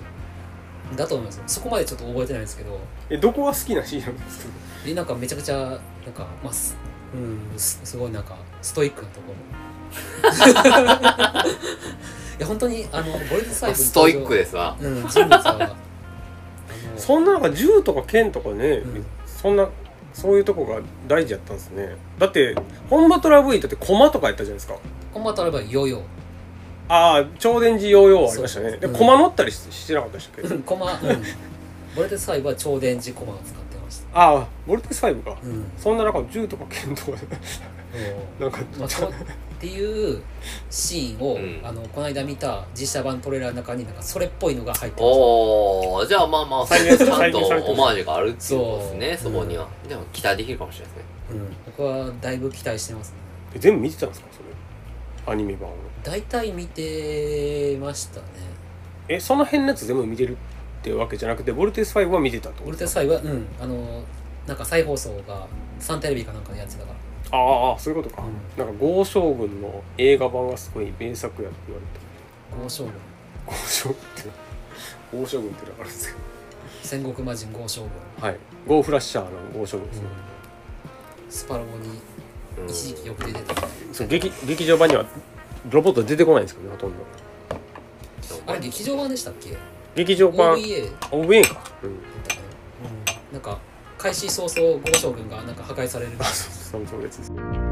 [SPEAKER 2] だと思いますそこまでちょっと覚えてないんですけど
[SPEAKER 3] えどこが好きなシーンなんですか
[SPEAKER 2] でなんかめちゃくちゃなんかまあすうんすすごいなんかストイックなところ いや本当にあのボルテス
[SPEAKER 1] あ
[SPEAKER 2] 5
[SPEAKER 1] ストイックですわ
[SPEAKER 2] うん人物はあの
[SPEAKER 3] そんな中銃とか剣とかね、
[SPEAKER 2] うん
[SPEAKER 3] そんなそういうとこが大事やったんですねだって本場トラブイだって駒とかやったじゃないですか
[SPEAKER 2] コンバットアルバイトヨーヨー
[SPEAKER 3] ああ超電磁ヨーヨーありましたねで
[SPEAKER 2] そう
[SPEAKER 3] 駒乗ったりししてなかったでしたっけ、
[SPEAKER 2] うんコマ、うん、ボルテス5は超電磁コマを使ってました
[SPEAKER 3] ああボルテス5か、
[SPEAKER 2] うんも
[SPEAKER 3] そんな中銃とか剣とか なんか
[SPEAKER 2] うまあ、そうっていうシーンを、
[SPEAKER 1] うん
[SPEAKER 2] あのこの間見た実写版トレーラーの中になんかそれっぽいのが入ってました
[SPEAKER 1] おおじゃあまあまあ
[SPEAKER 3] 再現
[SPEAKER 1] ちゃん
[SPEAKER 3] 再
[SPEAKER 1] と
[SPEAKER 3] 現されてる
[SPEAKER 1] オマージュがあるっていうことですね
[SPEAKER 2] そ
[SPEAKER 1] そうこには、でも期待できるかもしれないですね
[SPEAKER 2] うん僕はだいぶ期待してますね
[SPEAKER 3] え全部見てたんですかそれアニメ版を
[SPEAKER 2] 大体見てましたね
[SPEAKER 3] えその辺のやつ全部見てるってわけじゃなくてボルテス5は見てたってこ
[SPEAKER 2] 俺
[SPEAKER 3] と
[SPEAKER 2] たちはうんあのなんか再放送がサンテレビかなんかでやってたから
[SPEAKER 3] ああそういうことか、
[SPEAKER 2] うん
[SPEAKER 3] なんか豪将軍の映画版がすごい名作やって言われて
[SPEAKER 2] 豪将軍
[SPEAKER 3] 豪将軍って豪将軍ってのがあるんですけ
[SPEAKER 2] 戦国魔人豪将軍、
[SPEAKER 3] どはいゴーフラッシャーの豪将軍ですね、
[SPEAKER 2] スパロボに
[SPEAKER 1] うん
[SPEAKER 2] 一時期よく出てた、
[SPEAKER 3] そう劇劇場版にはロボット出てこないんですけどねほとんど
[SPEAKER 2] あれ劇場版でしたっけ
[SPEAKER 3] 劇場版
[SPEAKER 2] OVA だっ
[SPEAKER 3] OVA か、うん、
[SPEAKER 2] たかな、うん、なんか開始早々豪将軍がなんか破壊される
[SPEAKER 3] あそうそうそのやつです